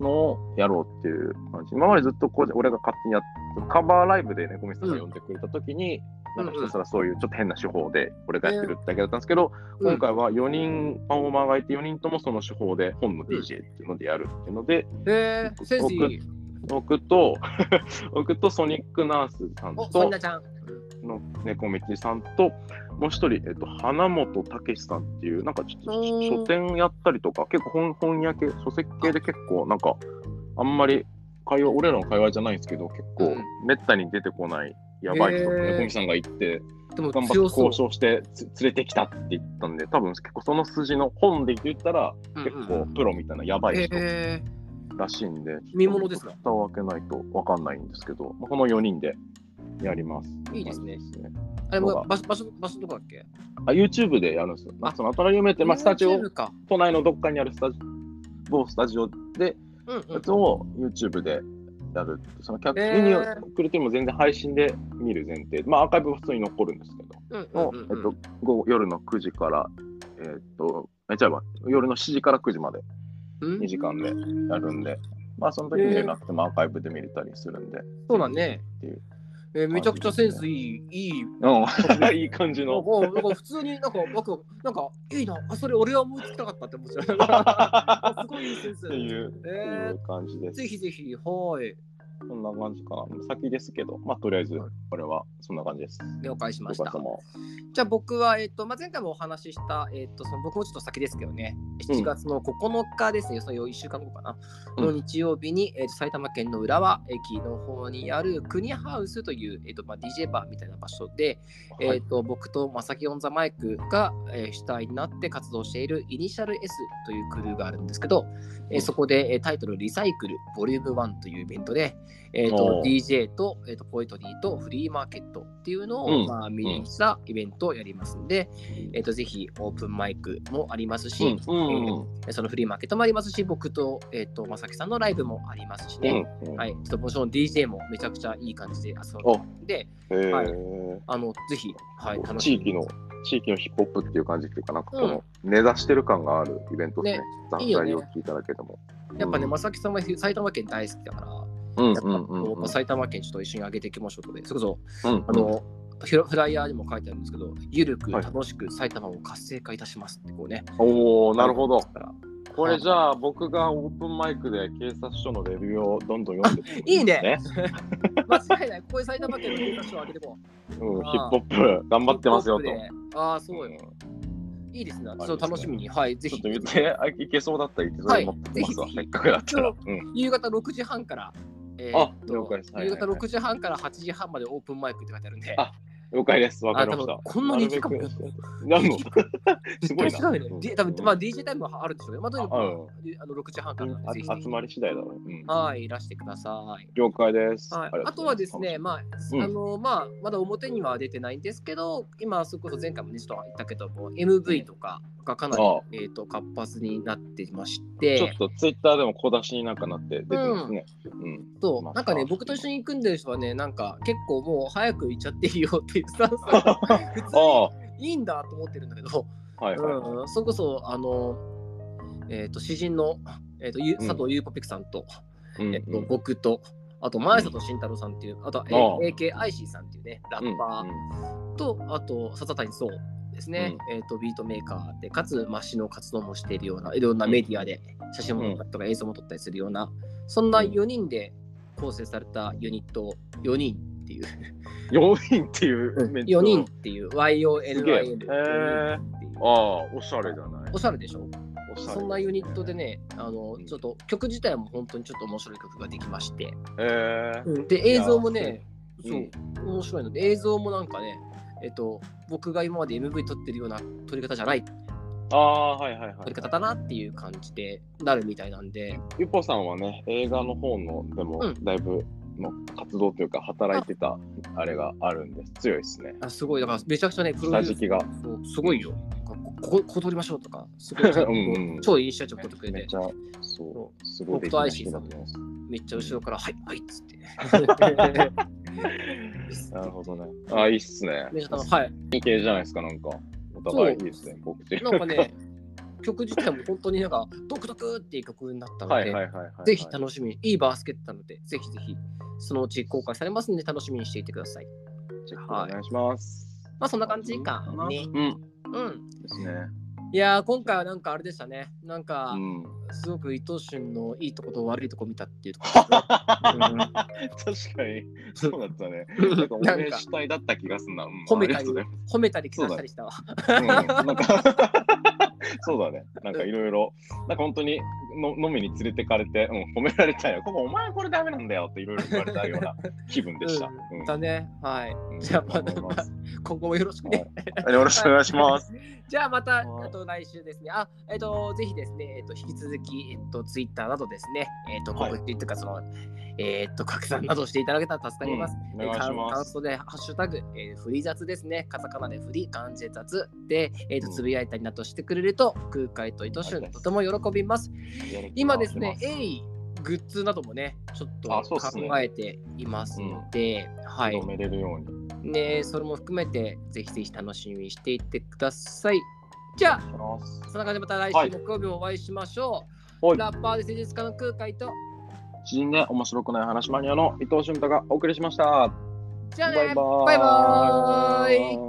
S3: のをやろうっていう感じ、今までずっとこう俺が勝手にやってカバーライブでね小西さんが呼んでくれた時に、
S2: うん
S3: なんかひたすらそういうちょっと変な手法で俺がやってるだけだったんですけど、
S2: うん
S3: 今回は4人パフォーマーがいて4人ともその手法で本の DJ っていうのでやるっていうので、
S2: えー、センスいい。
S3: 僕と 僕とソニックナースさん
S2: お、そん
S3: と
S2: なちゃん。
S3: の猫道さんと、もう一人、えっと、花本武さんっていう、なんかちょっと
S2: おー
S3: 書店やったりとか、結構本翻訳、書籍系で結構、なんか、あんまり会話、俺らの会話じゃないんですけど、結構、
S2: う
S3: めったに出てこない、やばい人、
S2: へー
S3: 猫道さんが行って、
S2: でも
S3: 頑張って
S2: 強そう
S3: 交。渉してつ連れてきたって言ったんで、多分結構その筋の本で言ったら、
S2: うん
S3: 結
S2: うん
S3: 構プロみたいな、やばい人
S2: えー
S3: らしいんで、
S2: 見ものですか
S3: 蓋を開けないと分かんないんですけど、まあこの4人でやります。
S2: いいですね
S3: 感じですね
S2: あれも場所、場所、場所どこだっけ
S3: あ、YouTube でやるんですよ。まあ、そのアトラリウムって、まあ、スタジオ
S2: YouTube、か。
S3: 都内のどっかにあるスタジオ、某スタジオで、
S2: うんうん
S3: やつを YouTube でやる。その客、
S2: えー
S3: 見に来るというよりも全然配信で見る前提。まあ、アーカイブは普通に残るんですけど、
S2: うんうん
S3: の
S2: うんうん。
S3: えっと、午後夜の9時から、えっと、え、違うわ、夜の7時から9時まで
S2: うん
S3: 2時間でやるんで、まあ、その時見れなくてもアーカイブで見れたりするんで。
S2: そうだね。
S3: っていう
S2: えーめちゃくちゃセンスいい、いい。
S3: うん、 いい感じ
S2: なん
S3: の。
S2: かなんか普通になんか、ワクワクなんか、いいな、あ、それ俺は思いつきたかったって思っちゃう。すごいいいセンス
S3: って。いう、って
S2: え
S3: いう感じで
S2: ー、
S3: す
S2: ぜ。ひぜひ、はい、
S3: そんな感じかな。先ですけど、まあ、とりあえず、これはそんな感じです。
S2: 了解しまし
S3: よ
S2: た
S3: かっ。も
S2: じゃあ僕は、えっとまあ、前回もお話しした、えっとその僕もちょっと先ですけどね、7月の9日ですね、その1週間後かな、
S3: うん
S2: の日曜日に、えっと埼玉県の浦和駅の方にある国ハウスという、えっとまあ、DJ バーみたいな場所で、
S3: は
S2: え
S3: い
S2: っと僕とまさきオン・ザ・マイクが、えー主体になって活動しているイニシャル S というクルーがあるんですけど、えー
S3: うん
S2: そこでえータイトル「リサイクルボリューム1というイベントで、えー、
S3: お
S2: と
S3: ー
S2: DJ と,、えー、とポエトリーとフリーマーケットっていうのを、
S3: うん
S2: まあ、見に来たイベントをやりますんで、えー、とぜひオープンマイクもありますし、
S3: うんうん
S2: えーそのフリーマーケットもありますし僕と,、えー、とまさきさんのライブもありますし
S3: う
S2: ね、
S3: んうん
S2: はい、ちょっともちろん DJ もめちゃくちゃいい感じで遊
S3: お
S2: んで
S3: へー
S2: はいあのぜひ、はい、楽し
S3: 地
S2: みに
S3: 域の地域のヒップホップっていう感じっていうかなんかこの根ざしてる感があるイベントです
S2: ね。
S3: ね残
S2: いいよね
S3: 骸を聞いただけでも。
S2: やっぱね、
S3: うん
S2: まさきさんは埼玉県大好きだから、
S3: う
S2: や
S3: ん
S2: っぱ
S3: うんうん
S2: こ
S3: う。
S2: うん埼玉県ちょっと一緒に上げていきましょうとで、それこそ、
S3: うん
S2: あの、フラフライヤーにも書いてあるんですけど、ゆるく
S3: はい
S2: 楽しく埼玉を活性化いたしますってこうね。
S3: おおなるほど
S2: だ。から
S3: これじゃあ僕がオープンマイクで警察署のレビューをどんどん読んで。
S2: いいね。間違いない。ここで埼玉県の警察署を上げてこう。
S3: うんヒップ
S2: あー
S3: ホップ頑張ってますよと。
S2: ヒップホップでああ、そううんよ。いいですね。
S3: りま
S2: ち
S3: す
S2: ょっと楽しみに。はい、ぜ
S3: ちょっ
S2: ひ
S3: と。言ってあいけそうだったらいけそうに持ってますわ。
S2: はい
S3: せっかくだったら。
S2: ぜ
S3: うん
S2: 夕方6時半から。え
S3: あ
S2: っと
S3: 了解ですはい
S2: 夕方
S3: はいはい
S2: 6時半から8時半までオープンマイクって書いてあるんで。
S3: あ了解です。わかりまし
S2: あ
S3: た
S2: 多分。こんなに時間も
S3: なるべく。何 のす
S2: 絶
S3: ごい
S2: 対
S3: な
S2: 違うよね。で多分
S3: うん
S2: まあ DJ タイムはあるでしょうね。まあとにかく
S3: あ
S2: あの6時半からなんで
S3: あ
S2: ぜひぜひ
S3: 集まり次第だろう。うん
S2: はい、いらしてください。
S3: 了解です。
S2: はい
S3: りが、
S2: あ
S3: ご
S2: とは
S3: ざいま
S2: ですね、まあ、
S3: うん
S2: あの、まあ、まだ表には出てないんですけど、今、それこそ前回もね、ちょっと言ったけども、MV とかがかなり、
S3: ああ
S2: えっ、と、活発になってまし、
S3: ちょってとツイッターでも小出しになんかなって出てますね。うん。
S2: と
S3: まあ
S2: なんかね、僕と一緒に組んでる人はね、なんか結構もう早く行っちゃっていいよっていうスタンスが普通
S3: ああ、は
S2: にいいんだと思ってるんだけど、
S3: いはい。
S2: うん、それこそ、あの、えっ、と、詩人の、えっ、と、ゆ
S3: うん
S2: 佐藤ゆうぽぴくさんと、
S3: うん
S2: えっと、僕と、あと、前里慎太郎さんっていう、あとは、
S3: ああ
S2: AKIC さんっていうね、ラッパーと、あと、笹谷壮ですね、えっと、ビートメーカーで、かつ、まあ、詩の活動もしているような、いろんなメディアで写真も撮ったりとか映像も撮ったりするような、そんな4人で構成されたユニット4人っていう
S3: 4人っていうメンツ
S2: 4
S3: は
S2: 人っていう、
S3: すげえ
S2: YONYN っていう
S3: へーああ、おしゃれじゃない。
S2: おしゃれでしょ
S3: おしゃ
S2: そ
S3: れ。
S2: んなユニットでね、あのちょっと曲自体も本当にちょっと面白い曲ができまして、
S3: ええ
S2: で映像もね、
S3: い
S2: そ
S3: や
S2: う、面白いので、映像もなんかね、えっと、僕が今まで MV 撮ってるような撮り方じゃない
S3: ああ、はいはいは
S2: 撮
S3: い
S2: り。方だなっていう感じでなるみたいなんで、
S3: ゆっぽさんはね、映画の方の、でも
S2: う、ん
S3: だいぶの活動というか、働いてた、あれがあるんです。強いですね。
S2: あすごい、だからめちゃくちゃね、プロデ
S3: 下
S2: ュ
S3: 敷
S2: ース
S3: きが。
S2: そうすごいよ。ここここ撮りましょうとか、すごい、ちゃんと
S3: うんうん
S2: 超いい社長撮ってくれ
S3: めってち、ゃ、そう、すごい
S2: 僕
S3: 出来
S2: とア
S3: な
S2: イシー
S3: 人
S2: さ
S3: だ
S2: ん
S3: と思い
S2: も
S3: ます。
S2: めっちゃ後ろから、はい、はいっつ って。
S3: なるほどね。ああ、いいっすね。
S2: めちゃ楽しいはい。
S3: いい系じゃないですか、なんか。お互いいいですね、告知。
S2: なんかね、曲自体も本当になんか、独特っていう曲になったので、
S3: はいはいはいはい。
S2: ぜひ楽しみに、いいバースケットなので、ぜひぜひ、そのうち公開されますんで、楽しみにしていてください。
S3: チェックお願いします。
S2: まあ、そんな感じか
S3: う。ん
S2: ね。
S3: うん。
S2: うん。
S3: ですね。
S2: いやー、今回はなんかあれでしたね。なんか
S3: う、ん。
S2: すごく伊藤俊のいいとこと悪いとこ見たっていうとこ
S3: 確かに、そうだったね。なんか、お
S2: なん
S3: 礼
S2: か
S3: 主体だった気がすんな。うん
S2: 褒めた
S3: あ
S2: り
S3: りがとう、
S2: 褒めたり、けなしたりしたわ。
S3: ございますうんなんかそうだね。なんかいろいろ、なんか本当にの飲みに連れてかれて、うん、褒められたよ。ここ、お前これダメなんだよっていろいろ言われたような気分でした。
S2: う
S3: うん
S2: んだね。はい。
S3: うん
S2: じゃあまた
S3: 思います
S2: 今後もよろしく
S3: はい
S2: ね。
S3: よろしくお願いします。
S2: じゃあまた、
S3: はい
S2: あと来週ですね。あ、えっ、と、ぜひですね、えっ、と、引き続き、えっ、と、ツイッターなどですね、えっ、と、
S3: はい
S2: 告知っていうか、その、えっ、と、拡散などしていただけたら助かります。
S3: うん
S2: えー
S3: お願いします
S2: 感想で、ハッシュタグ、えー、フリー雑ですね。カタカナでフリー、漢字で雑で、えっ、と、
S3: うん
S2: つぶやいたりなどしてくれると、空海と糸
S3: あり
S2: 旬、
S3: がと
S2: と
S3: う
S2: ても喜びます。今ですね、鋭意グッズなどもね、ちょっと
S3: あそうっすね
S2: 考えていますので、はい。
S3: 飲めれるように。
S2: ね、それも含めてぜひぜひ楽しみにしていってください。じゃ
S3: お願いします
S2: あ、そんな感じでまた来
S3: は
S2: 週
S3: い
S2: 木曜日もお会いしましょう。
S3: はい
S2: ラッパーで戦術家の空海と、
S3: 新年面白くない話マニアの伊藤俊太がお送りしました。
S2: じゃあね、
S3: バイバーイ
S2: バイバーイ